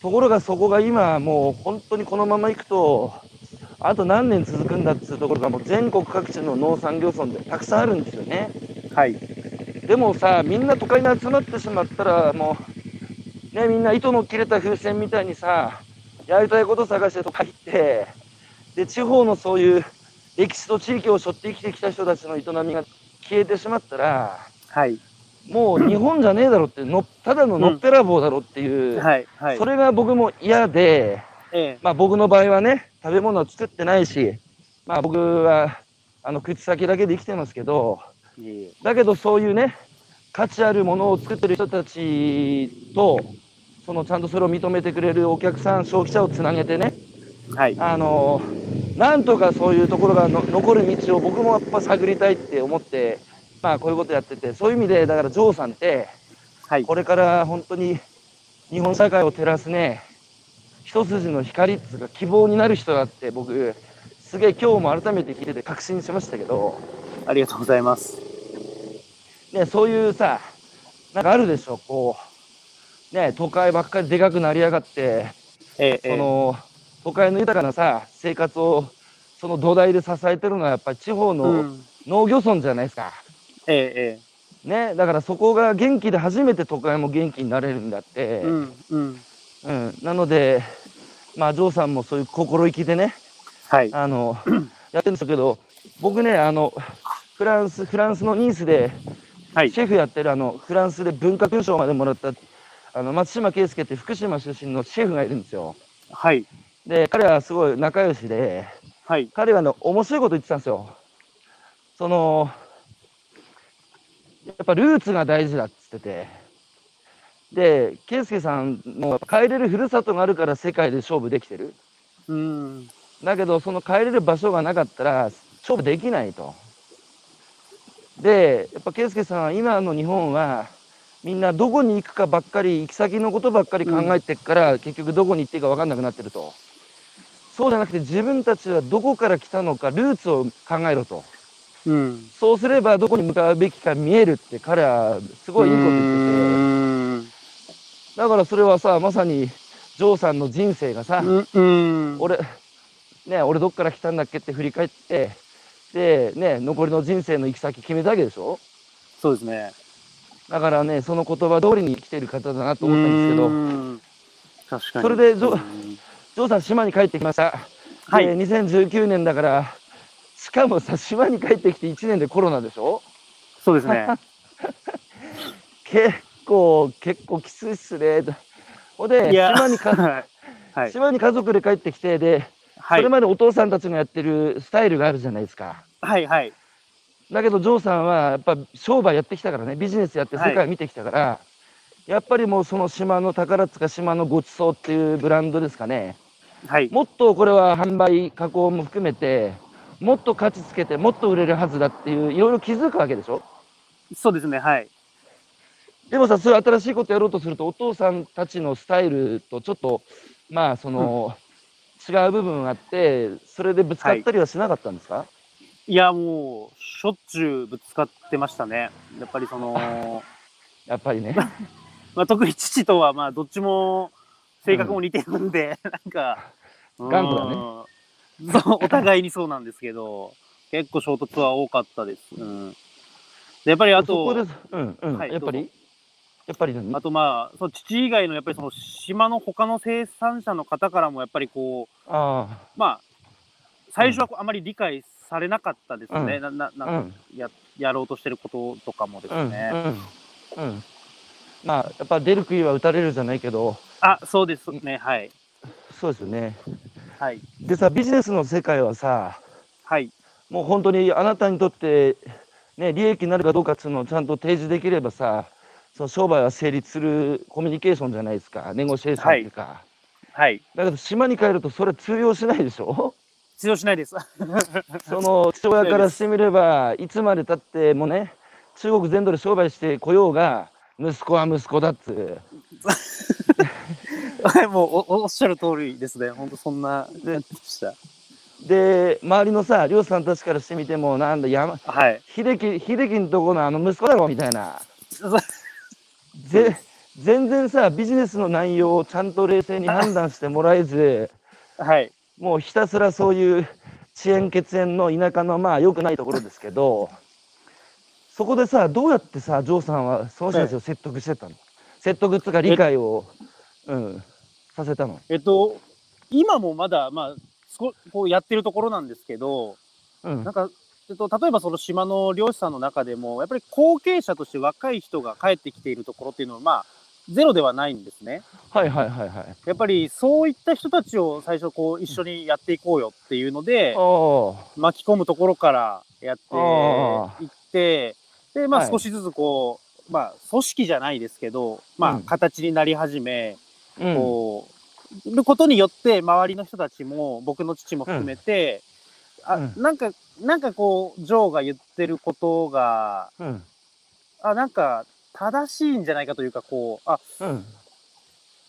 ところがそこが今、もう本当にこのままいくと、あと何年続くんだっつうところが、もう全国各地の農産業村でたくさんあるんですよね。
はい。
でもさ、みんな都会に集まってしまったら、もう、ね、みんな糸の切れた風船みたいにさ、やりたいこと探して都会行って、で、地方のそういう歴史と地域を背負って生きてきた人たちの営みが消えてしまったら、
はい。
もう日本じゃねえだろっての、ただののっぺらぼうだろっていう、
はい。はい
そ。れが僕も嫌で、
ええ。
まあ僕の場合はね、食べ物は作ってないし、まあ僕は、あの、口先だけで生きてますけど、
いえいえ
だけどそういうね、価値あるものを作ってる人たちと、そのちゃんとそれを認めてくれるお客さん、消費者をつなげてね、
はい。
あのなんとかそういうところがの残る道を僕もやっぱ探りたいって思って、まあこういうことやってて、そういう意味で、だからジョーさんって、
はい。
これから本当に日本社会を照らすね、一筋の光っていうか希望になる人だって僕、すげえ今日も改めて聞いてて確信しましたけど、
ありがとうございます。
ね、そういうさ、なんかあるでしょ、こう、ね、都会ばっかりでかくなりやがって、
ええ。え
そ
え
の、都会の豊かなさ、生活を、その土台で支えてるのは、やっぱり地方
う
の
ん。
農業村じゃないですか。
ええ。
ね、だからそこが元気で初めて都会も元気になれるんだって
ええ。う。ん。うん。
うん、なので、まあ、ジョーさんもそういう心意気でね、
はい。
あ の、やってるんですけど、僕ね、あの、フランス、フランスのニースで、
はい。
シェフやってるあのフランスで文化勲章までもらったあの松島圭介って福島出身のシェフがいるんですよ。
はい。
で彼はすごい仲良しで
はい。
彼はね面白いこと言ってたんですよ。そのやっぱルーツが大事だっつっててで圭介さんも帰れるふるさとがあるから世界で勝負できてる
うん。
だけどその帰れる場所がなかったら勝負できないと。でやっぱ圭介さんは今の日本はみんなどこに行くかばっかり行き先のことばっかり考えてっから、結局どこに行っていいか分かんなくなってるとそうじゃなくて自分たちはどこから来たのかルーツを考えろと
うん。
そうすればどこに向かうべきか見えるって彼はすごいいいこと
う
言って
ーん
てだからそれはさまさにジョーさんの人生がさ、
うん。
俺、ね、俺どっから来たんだっけって振り返って、で、ね、残りの人生の行き先決めたわけでしょ
そうですね。
だからね、その言葉通りに生きてる方だなと思ったんですけど、
すけど。確かに。
それでど
うん
ジョーさん島に帰ってきました。
はい
で2019年だから、しかもさ、島に帰ってきて1年でコロナでしょ
そうです ね。
結構、結構きついっすね。ほんで、
いや
島にか、
はい。はい。
島に家族で帰ってきて、で、
は
それ
い。
までお父さんたちがやってるスタイルがあるじゃないですか。
はい。はい。
だけど、ジョーさんはやっぱ商売やってきたからね、ビジネスやって
はい
世界見てきたから、やっぱりもうその島の宝塚島のごちそうっていうブランドですかね、
はい。
もっとこれは販売、加工も含めて、もっと価値つけて、もっと売れるはずだっていう、いろいろ気づくわけでしょ。
そうですね。はい。
でもさ、そういう新しいことやろうとすると、お父さんたちのスタイルとちょっと、まあ、その、違う部分があって、それでぶつかったりはしなかったんですか、
いや、もう、しょっちゅうぶつかってましたね。やっぱりその、
やっぱりね。
まあ、特に父とは、まあ、どっちも、性格も似てるんで、なんか、
頑固だ
ね。そう、お互いにそうなんですけど、結構衝突は多かったです。うん。で、やっぱりあ、
そことです。うんうん。
はい
やっぱ
ど
りやっぱり何
あとまあ、その父以外のやっぱりその島の他の生産者の方からもやっぱりこう、
あ
まあ、最初はこうあまり理解されなかったですね。
うん
な、な、
あ、
な
うん
か
ん、
や、やろうとしてることとかもです
う
ね。
ん、うん、うん。まあ、やっぱ出る杭は打たれるじゃないけど、
あ、そうですね。はい。
そうですよね。
はい。
でさ、ビジネスの世界はさ、
はい。
もう本当にあなたにとって、ね、利益になるかどうかっていうのをちゃんと提示できればさ、その商売は成立するコミュニケーションじゃないですか、ネゴシエーションっていうか。
はい。
だけど島に帰るとそれ通用しないでしょ
治療しないです。
その父親からしてみれば、いつまでたってもね、中国全土で商売してこようが、息子は息子だっつう。
はい、 もうおおっしゃる通りですね。本当そんな感じでした。
で周りのさ漁師さんたちからしてみてもなんだ山
はい。
秀樹秀樹のとこのあの息子だろみたいな
そ
ぜ全然さビジネスの内容をちゃんと冷静 に判断してもらえず
はい。
もうひたすらそういう遅延血縁の田舎のまあ良くないところですけどそこでさどうやってさジョーさんはその人たちを説得してたの説得っつうか理解を、うん、させたの、
えっと、今もまだ、まあ、少こうやってるところなんですけど、
うん
なんか、えっと、例えばその島の漁師さんの中でも、やっぱり後継者として若い人が帰ってきているところっていうのは、まあ、ゼロではないんですね。
はいはいはいはい
やっぱりそういった人たちを最初こう一緒にやっていこうよっていうので、
お
巻き込むところからやって
あ
いって、で、ま
は
あ
い
少しずつこう、まあ組織じゃないですけど、ま
う
あ
ん
形になり始め、
ーうん
こう、いることによって周りの人たちも、僕の父も含めて、あ、
うん
なんか、なんかこう、ジョーが言ってることが、
うん
あ、なんか正しいんじゃないかというか、こう、あ、
うん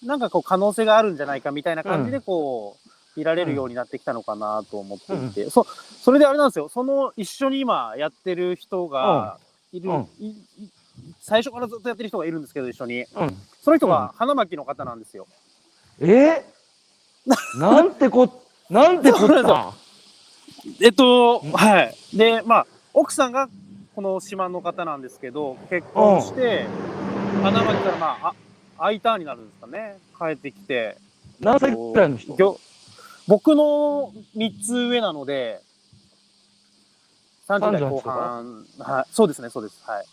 なんかこう可能性があるんじゃないかみたいな感じ
う
でこう、いられるようになってきたのかなと思っていて、そそれであれなんですよその一緒に今やってる人がいる、
うん
いい最初からずっとやってる人がいるんですけど一緒に
うん
その人が花巻の方なんですよ、
えー、なんてこなんてこっ
そうなんで
た
えっと
うん
はいでまあ奥さんがこの島の方なんですけど結婚して花巻からまああ I ターンになるんですかね帰ってきて
何歳くらいの人
ぎょ僕の3つ上なので、30代後半。はい、そうですね、そうです。はい。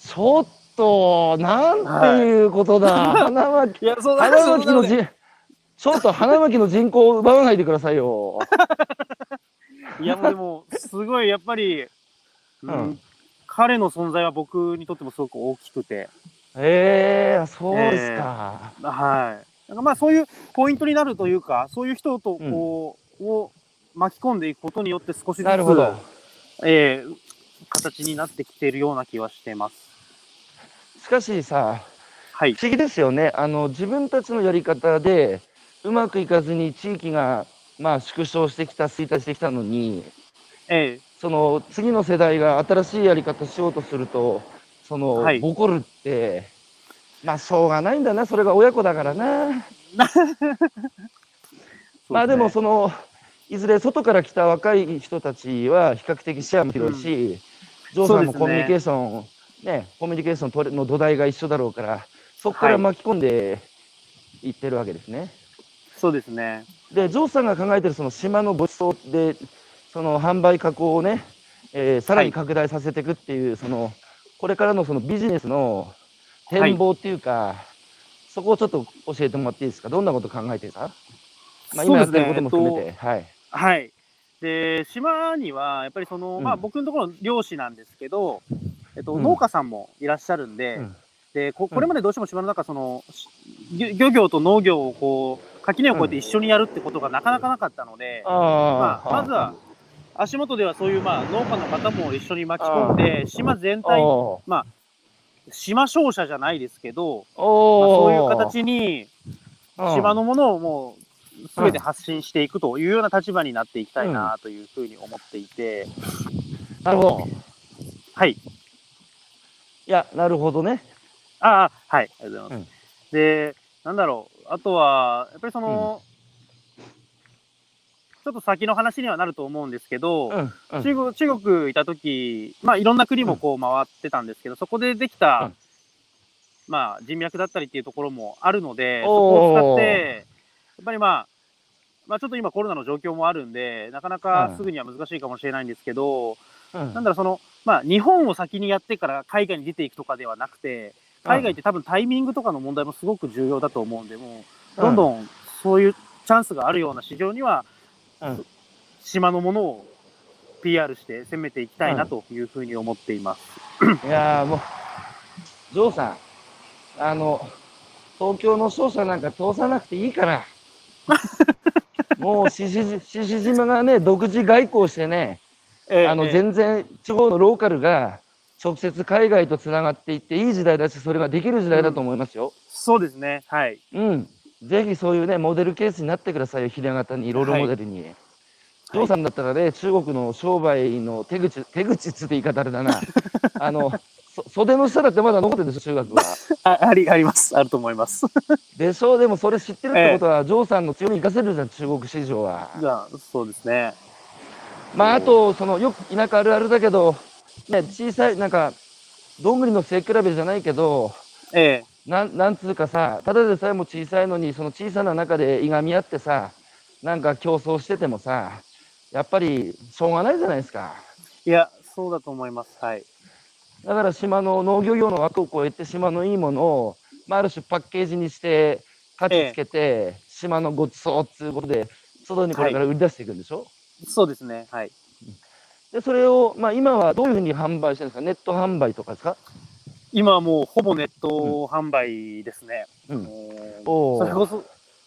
ちょっと、なんていうことだ。花巻、
いや、そう
花巻のじ、ちょっと花巻の人口を奪わないでくださいよ。
いや、もうでも、すごい、やっぱり、うん
うん
彼の存在は僕にとってもすごく大きくて、
ええそうですか。
はい。なんかまあ、そういうポイントになるというか、そういう人とこう、を巻き込んでいくことによって少しずつ、
なるほど。
えー形になってきているような気はしてます。
しかしさ、
はい
不。思議ですよね。あの、自分たちのやり方で、うまくいかずに地域が、まあ、縮小してきた、衰退してきたのに、
え
その、次の世代が新しいやり方しようとすると、その、
はい
ボコるって、まあ、しょうがないんだな。それが親子だからな。
ー
まあでも
そう
そのいずれ外から来た若い人たちは比較的視野も広いし、ジョーさ
そ
んの
うですね
コミュニケーション、ねコミュニケーション取れの土台が一緒だろうからそこから
はい
巻き込んでいってるわけですね。
ですねそうですね。
でジョーさんが考えてるその島のごちそうでその販売加工をね、えーさらに拡大させていくっていう、そのこれからのそのビジネスの展望っていうか、そこをちょっと教えてもらっていいですかどんなこと考えてるか、まあ、今やってることも含めて、はい。
はい。で、島には、やっぱりその、
うん
まあ僕のところの漁師なんですけど、えっと、
うん
農家さんもいらっしゃるんで、
うん
でこ、これまでどうしても島の中、その、し漁漁業と農業をこう、垣根を越えて一緒にやるってことがなかなかなかったので、
あ
まあ、まずは、足元ではそういう、まあ、農家の方も一緒に巻き込んで、島全体、
お
島商社じゃないですけど、ま
お
あ、そういう
お
形に、
形
島のものをもう全て発信していくというような立場になっていきたいなというふうに思っていて、
なるほど
はい。
いやなるほどね
ああ、はい。ありがとうございます。で、なんだろう。あとは、やっぱりその、ちょっと先の話にはなると思うんですけど、
うんう
中
ん
国、中国いた時、まあいろんな国もこう回ってたんですけど、そこでできた、
うん
まあ人脈だったりっていうところもあるので、そ
おー
こを使って、やっぱりまあ、まあちょっと今コロナの状況もあるんで、なかなかすぐには難しいかもしれないんですけど、
うん
なんだろう、その、まあ日本を先にやってから海外に出ていくとかではなくて、海外って多分タイミングとかの問題もすごく重要だと思うんで、もう、どんどんそういうチャンスがあるような市場には、
うん
島のものを PR して攻めていきたいなというふうに思っています。
いやーもうジョーさんあの東京の商社なんか通さなくていいからもう獅子獅子島がね独自外交してねあの全然地方のローカルが直接海外とつながっていっていい時代だしそれができる時代だと思いますよ。
そうですね。はい。
うん。ぜひそういうね、モデルケースになってくださいよ、ひな形に、いろいろモデルに。
はい
父さんだったらね、中国の商売の手口、手口っつって言い方あれ だな。あの、そ袖の下だってまだ残ってるでしょ、中学 は。
あありありますあると思います
でしょう、でもそれ知ってるってことは、ジョーさんの強み生かせるじゃん、中国市場は。
じゃあそうですね
まあ、あと、その、よく田舎あるあるだけど、ね、小さい、なんか、どんぐりの背比べじゃないけど、
え
なん、なんつうかさ、ただでさえも小さいのに、その小さな中でいがみ合ってさ、なんか競争しててもさ、やっぱりしょうがないじゃないですか。
えいやそうだと思いますはい
だから島の農業業の枠を超えて島のいいものを、まあ、ある種パッケージにして価値つけて、島のごちそうっていうことで外にこれから売り出していくんでしょ、
そうですねはい
でそれを、まあ、今はどういうふうに販売してるんですかネット販売とかですか、
今はもうほぼネット販売ですね、
うん、
もう
お
それこ
ー
そ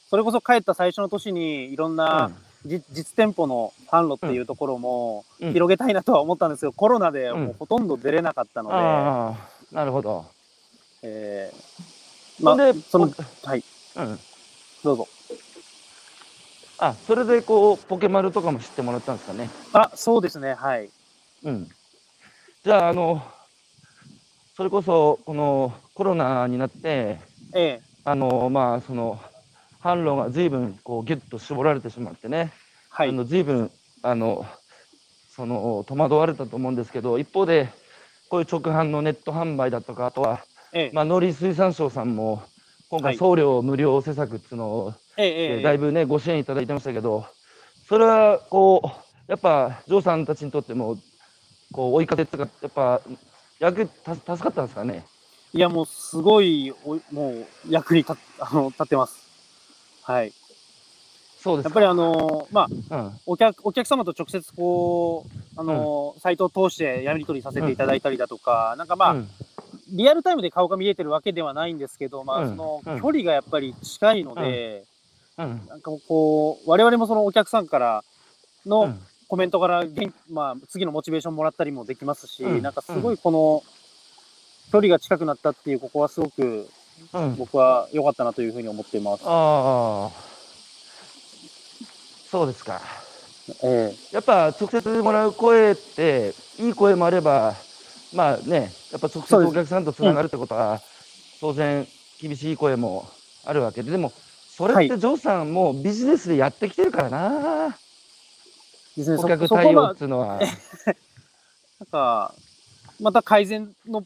それこそ帰った最初の年にいろんな、じ実店舗の販路っていうところも
うん
広げたいなとは思ったんですけど、コロナで
うん
もうほとんど出れなかった
う
の
ん、
で、
ああなるほど。
えーま
ほんで
あ、その、
お
はい、
うん、
どうぞ。
あそれでこうポケマルとかも知ってもらったんですかね。
あ、そうですね、はい。
うん、じゃああのそれこそこのコロナになって
ええ
あのまあその販路が随分こうギュッと絞られてしまってね、
は
あ
い。
の随分あのその戸惑われたと思うんですけど一方でこういう直販のネット販売だとかあとは、
ええ
まあ、農林水産省さんも今
は
回
い
送料無料施策っていうのを、
ええ
えー
ええ
だいぶねご支援いただいてましたけどそれはこうやっぱジョーさんたちにとってもこう追い風っていうかやっぱ役た助かったんですかね。
いや、もう、すごい、おいもう、役に立っ あの立ってます。はい。
そうです
やっ
か
ぱり、あのまあ、
うん
お客、お客様と直接、こう、あのサイトを通してやり取りさせていただいたりだとか、なんかまあ、
うん
リアルタイムで顔が見えてるわけではないんですけど、ま
う
あ、
ん
その
うん
距離がやっぱり近いので、
うん
なんかこう、我々もそのお客さんから
う
の
ん
コメントから元、まあ、次のモチベーションもらったりもできますし、
うん
なんかすごいこの、距離が近くなったっていう、ここはすごく
うん
僕は良かったなというふうに思っています。
ああ、そうですか。
ええ
やっぱ直接もらう声って、いい声もあれば、まあね、やっぱ直接
そうで
お
す
客さんとつながるってことは、当然厳しい声もあるわけで、でも、それっ
は
てジョーさんもうビジネスでやってきてるからな、
ですね、そ
顧客
そ
対
こ
応
は
っ、ていうのは。
なんか、また改善の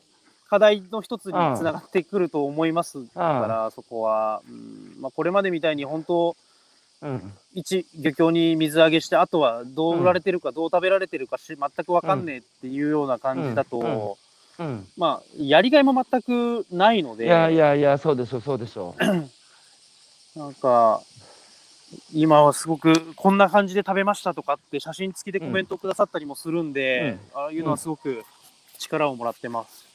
課題の一つにつ
うん
ながってくると思いますから、そこは、うんまあ、これまでみたいに本当、
うん、
一漁協に水揚げしてあとはどう売られてるか、どう食べられてるかし全く分かんねえっていうような感じだと、
うんうんうん
まあやりがいも全くないの
い
で
やいやいや、そうでしょう、そうでしょう。
なんか今はすごくこんな感じで食べましたとかって写真付きでコメントくださったりもするんで、ああいうのはすごく力をもらってます。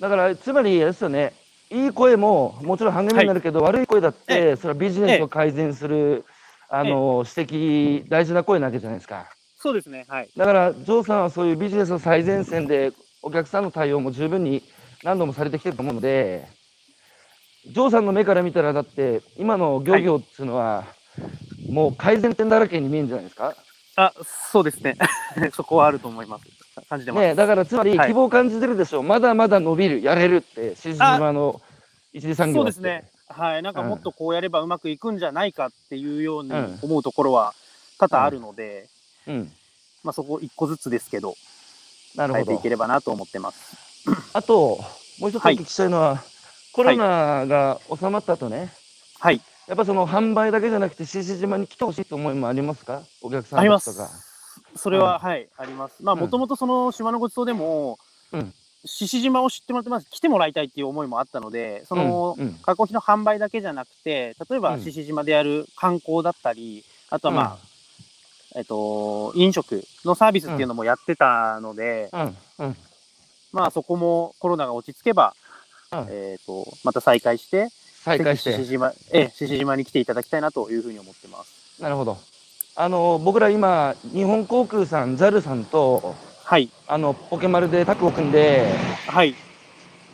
だから、つまり、あれですよね、いい声ももちろん励みになるけど、悪い声だって、それはビジネスを改善する、あの指摘、大事な声なわけじゃないですか。
そうですねはい
だから、ジョーさんはそういうビジネスの最前線で、お客さんの対応も十分に何度もされてきてると思うので、ジョーさんの目から見たら、だって、今の漁業っていうのは、もう改善点だらけに見えるんじゃないですか。
あそうですね そこはあると思います感じてます、
ねえ、だからつまり
はい
希望を感じてるでしょう、まだまだ伸びる、やれるって、静島の一次産業
そう
だ
で
って
すね。はい。なんか
うん
もっとこうやればうまくいくんじゃないかっていうように
うん
思うところは多々あるので、
うん、
まあそこ一個ずつですけど、
なる
変え
ほ
てい
ど
け。ればなと思ってます。
あと、もう一つお
はい
聞きしたいのは、コロナが収まった後ね、
はい。
やっぱその販売だけじゃなくて、獅子島に来てほしいと思いもありますか、お客さん
あり
た
ま
ちと
す
か。。
それは、
う
はい、あります。まあ
うん
もともとその島のごちそうでも、
うん
獅子島を知ってもらってます。来てもらいたいっていう思いもあったので、その、
うんうん
加工品の販売だけじゃなくて、例え
う
ば
ん
獅子島でやる観光だったり、あとはまあ、えっと、飲食のサービスっていうのもやってたので、
うんうん
まあそこもコロナが落ち着けば、
うん
えっ、と、また再開して、
再開し
ぜひ
て、
獅子島、ええ、獅子島に来ていただきたいなというふうに思ってます。
なるほど。あの僕ら今、日本航空さん、JAL さんと
はい、
あのポケマルでタッグを組んで、
はい、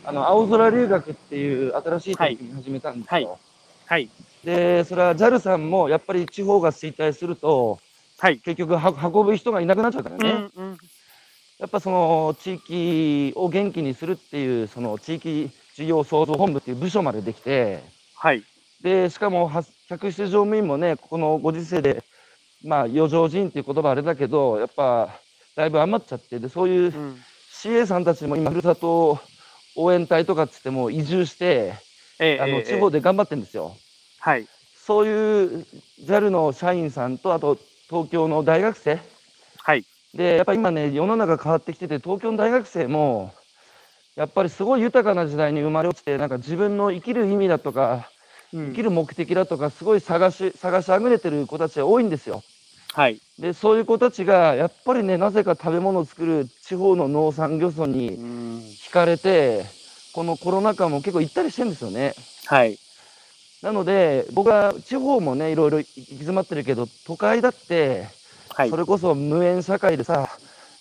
あの青空留学っていう新しい取り組み始めたんですよ。
はいはい。
で、それは JAL さんもやっぱり地方が衰退すると、
はい。
結局は運ぶ人がいなくなっちゃうからね、
うんうん。
やっぱその地域を元気にするっていう、その地域事業創造本部っていう部署までできて、
はい。
で、しかもは客室乗務員もね、ここのご時世で、まあ、余剰人っていう言葉あれだけど、やっぱだいぶ余っちゃって、でそういう
うん
CA さんたちも今、ふるさと応援隊とかっつっても移住して、
ええ
あ
え
の
え
地方で頑張ってるんですよ。
はい。
そういう JAL の社員さんと、あと東京の大学生
はい。
で、やっぱり今ね、世の中変わってきてて、東京の大学生も、やっぱりすごい豊かな時代に生まれ落ちて、なんか自分の生きる意味だとか、
う
生き
ん。
る目的だとか、すごい探し、探しあぐれてる子たちが多いんですよ。
はい。
で、そういう子たちが、やっぱりね、なぜか食べ物を作る地方の農産漁村に
うん。
惹かれて、このコロナ禍も結構行ったりしてるんですよね。
はい。
なので、僕は地方もね、いろいろ行き詰まってるけど、都会だって、
はい
そ。れこそ無縁社会でさ、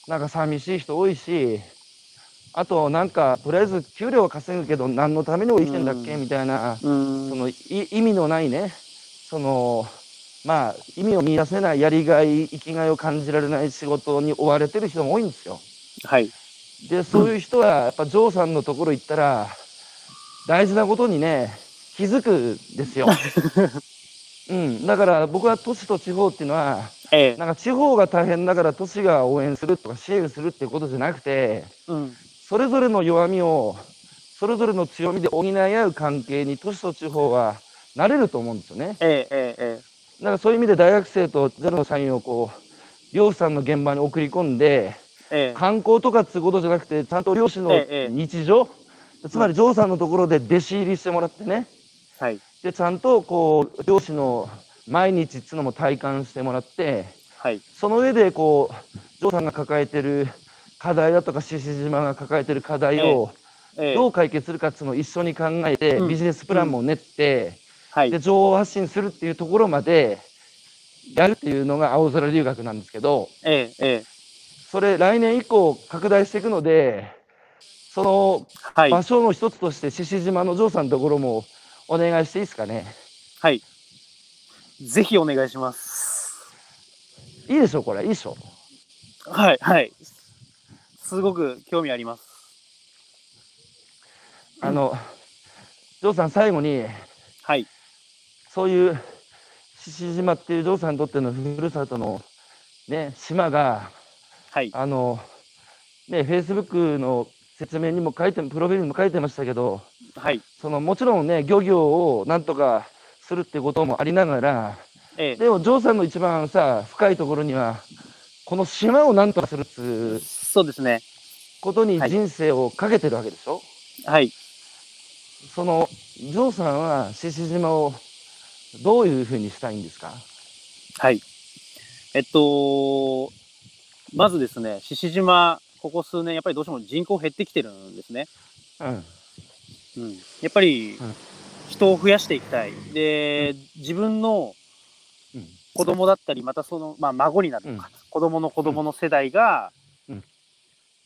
なんか寂しい人多いし、あとなんか、とりあえず給料は稼ぐけど、何のために俺生きてんだっけ
うん
みたいな、
う
そ
ん。
のい意味のないね、その、まあ、意味を見出せない、やりがい、生きがいを感じられない仕事に追われてる人も多いんですよ。
はい。
で、そういう人は、やっぱ、ジョーさんのところ行ったら、大事なことにね、気づくんで すよ。うん。だから、僕は都市と地方っていうのは、
ええ。
なんか地方が大変だから都市が応援するとか支援するっていうことじゃなくて、
うん。
それぞれの弱みを、それぞれの強みで補い合う関係に都市と地方はなれると思うんですよね。
えええええ
だからそういう意味で大学生とゼロの社員をこう、漁師さんの現場に送り込んで、
えええ
観光とかっていうことじゃなくて、ちゃんと漁師の
ええ
日常、つまりジョーさんのところで弟子入りしてもらってね、
はい。
で、ちゃんとこう、漁師の毎日っていうのも体感してもらって、
はい。
その上で、こう、ジョーさんが抱えてる課題だとか、獅子島が抱えてる課題を
ええ
どう解決するかっていうのを一緒に考えて、
うん
ビジネスプランも練って、
はい。
で、情報発信するっていうところまでやるっていうのが青空留学なんですけど、
ええええ
それ来年以降拡大していくので、その
はい。
場所の一つとして獅子島のジョーさんのところもお願いしていいですかね。
はい。ぜひお願いします。
いいでしょ、これ。いいでしょ。
はい。はい。すごく興味あります。
あの、ジョーさん最後に、
はい。
そういう獅子島っていうジョーさんにとってのふるさとの、ね、島が、
はい。
あの、ね、フェイスブックの説明にも書いて、プロフィールにも書いてましたけど、
はい。
そのもちろんね、漁業をなんとかするってこともありながら、
ええ
でもジョーさんの一番さ、深いところには、この島をなんとかするっていう
そうですね。
ことに
はい
人生をかけてるわけでしょ、
はい。
その、ジョーさんは獅子島をどういうふうにしたいんですか
はい。えっと、まずですね、獅子島、ここ数年、やっぱりどうしても人口減ってきてるんですね。
うん。
うん。やっぱり
うん、
人を増やしていきたい。で、自分の
うん
子供だったり、またその、まあ、孫になるとか、
う
子供の子供の世代が、
うん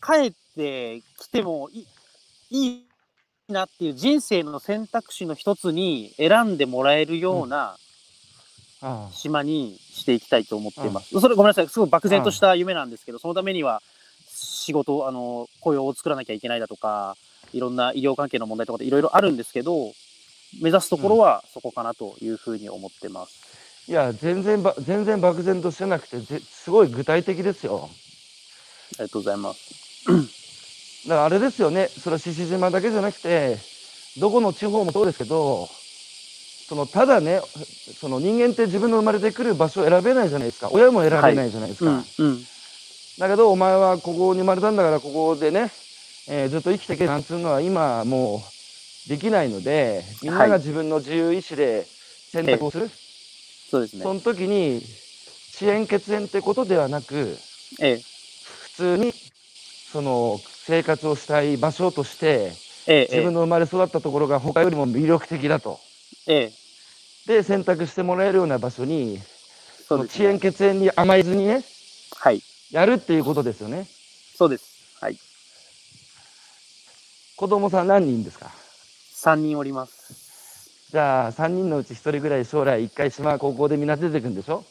帰ってきてもいいいいなっていう人生の選択肢の一つに選んでもらえるような、
あ
島にしていきたいと思っています。それごめんなさい、すごい漠然とした夢なんですけど、そのためには仕事、あの、雇用を作らなきゃいけないだとか、いろんな医療関係の問題とかいろいろあるんですけど、目指すところはそこかなというふうに思ってます。
いや、全然ば、全然漠然としてなくて、ぜすごい具体的ですよ。
ありがとうございます。
だからあれですよね、それは獅子島だけじゃなくて、どこの地方もそうですけど、そのただね、その人間って自分の生まれてくる場所を選べないじゃないですか。親も選べないじゃないです
う
か。
ん、うん。
だけど、お前はここに生まれたんだから、ここでね、えーずっと生きていけなんつうのは今もうできないので、みんなが自分の自由意志で選択をする。
そうです
そ
ね。
の時に、遅延欠縁ってことではなく、
ええ、
普通にその生活をしたい場所として
ええ、え
自分の生まれ育ったところが他よりも魅力的だと。
え、ええ、
で選択してもらえるような場所に
そ
そうの
です
遅延
ね。
血縁に甘えずにね
はい、
やるっていうことですよね。
そうです。はい。
子供さん何人ですか
3人おります。
じゃあ、3人のうち1人ぐらい将来1回島高校でみんな出てくんでしょ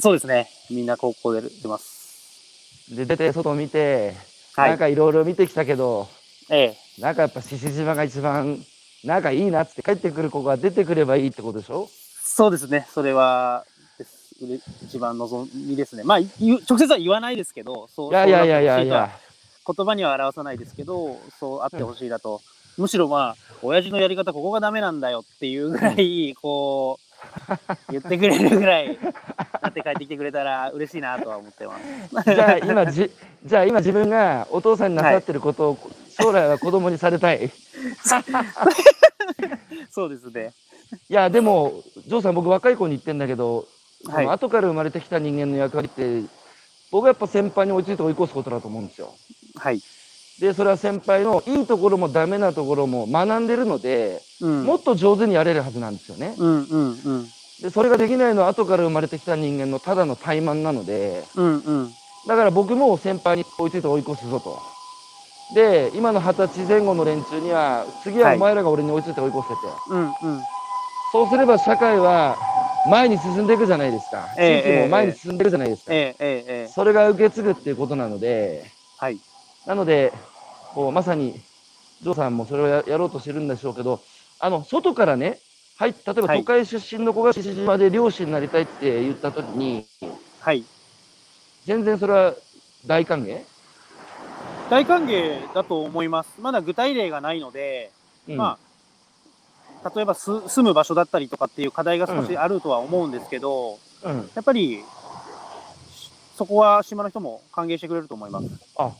そうですね。みんな高校で出ます。
で、出て外見て、
は
なん
い。
かいろいろ見てきたけど、
ええ。
なんかやっぱ獅子島が一番仲いいなっつって帰ってくる子が出てくればいいってことでしょ
そうですね。それは、ですうれ一番望みですね。まあ、い言う直接は言わないですけど、そう
いやいやいやいやい
そうなって
や、
ほしいとは言葉には表さないですけど、そうあってほしいだと。むしろまあ、親父のやり方、ここがダメなんだよっていうぐらい、こう、言ってくれるぐらい、なって帰ってきてくれたら嬉しいなとは思ってます。
じゃあ今 じ、じゃあ今自分がお父さんになさってることを、将来は子供にされたい。い
そうですね。
や、でも、ジョーさん僕若い子に言ってんだけど、
はい
その後から生まれてきた人間の役割って、僕はやっぱ先輩に追いついて追い越すことだと思うんですよ。
はい。
で、それは先輩のいいところもダメなところも学んでるので、
うん。
もっと上手にやれるはずなんですよね。
うんうんうん。
で、それができないのは後から生まれてきた人間のただの怠慢なので、
うんうん。
だから僕も先輩に追いついて追い越すぞと。で、今の二十歳前後の連中には、次はお前らが俺に追いついて追い越せて。
うんうん。
そうすれば社会は前に進んでいくじゃないですか。
ええ
地域も前に進んでいくじゃないですか。
ええええええ。
それが受け継ぐっていうことなので、
はい。
なので、こうまさに、ジョーさんもそれをややろうとしてるんでしょうけど、あの、外からね、はい、例えば
はい
都会出身の子が父島で漁師になりたいって言ったときに、
はい。
全然それは大歓迎、
大歓迎だと思います。まだ具体例がないので、
うん
まあ、例えばす住む場所だったりとかっていう課題が少しあるとは思うんですけど、
うん。
やっぱり、そこは島の人も歓迎してくれると思います。
あ、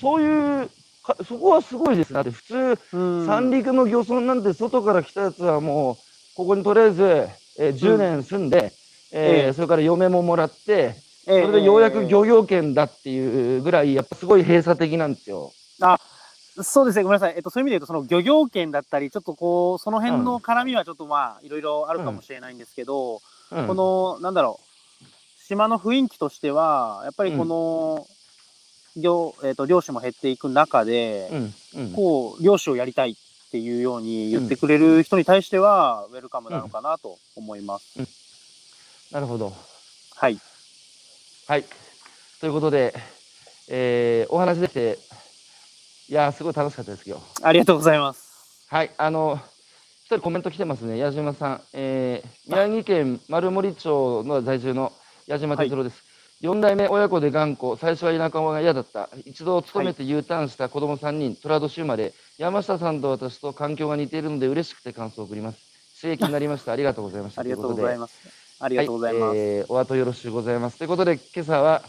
そういうか、そこはすごいですね。だって普通、
うん
三陸の漁村なんて外から来たやつはもう、ここにとりあえず、えー10年住んで、
え
えー
え
それから嫁ももらって、
ええ
それでようやく
え
漁業権だっていうぐらい、やっぱすごい閉鎖的なんですよ。
えそうですね、ごめんなさい。えっと、そういう意味で言うと、その漁業権だったり、ちょっとこう、その辺の絡みはちょっとまあ、いろいろあるかもしれないんですけど、
うん
この、なんだろう、島の雰囲気としては、やっぱりこの、漁えっと漁師も減っていく中で
う、んうん
こう、漁師をやりたいっていうように言ってくれる人に対しては、ウェルカムなのかなと思います。
なるほど。
はい。
はい。ということで、えーお話できて、いやー、すごい楽しかったです、今日。
ありがとうございます。
はい、あの、一人コメント来てますね、矢島さん。えー宮城県丸森町の在住の矢島哲郎です。四代目親子で頑固、最初は田舎が嫌だった。一度勤めて U ターンした子供3人、寅年生まれ、山下さんと私と環境が似ているので嬉しくて感想を送ります。刺激になりました。ありがとうございました。
ありがとうござい
ま
ます。ありがとうございます。
えーお後よろしゅうございます。ということで、今朝は、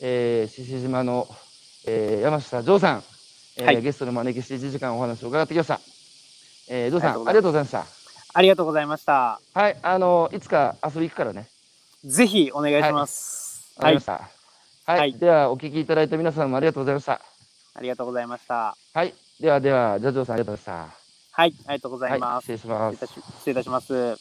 えー、獅子島の、えー山下丈さん、えー
はい
ゲストの招きして1時間お話を伺ってきました。えー、丈さん、あ
あ
り
り
が
が
と
と
うございました。
ありがとうございました。
はい、あのいつか遊び行くからね。
ぜひお願いします。
わか
はい
りまし。た。はい、
はい
ではお聞きいただいた皆さんもありがとうございました。
ありがとうございました。
はい、ではでは、じゃあ、ジョーさんありがとうございました。
はい。ありがとうござい
は
ま
い、
す。
失礼しま
失礼い
す
た。し失礼いたします。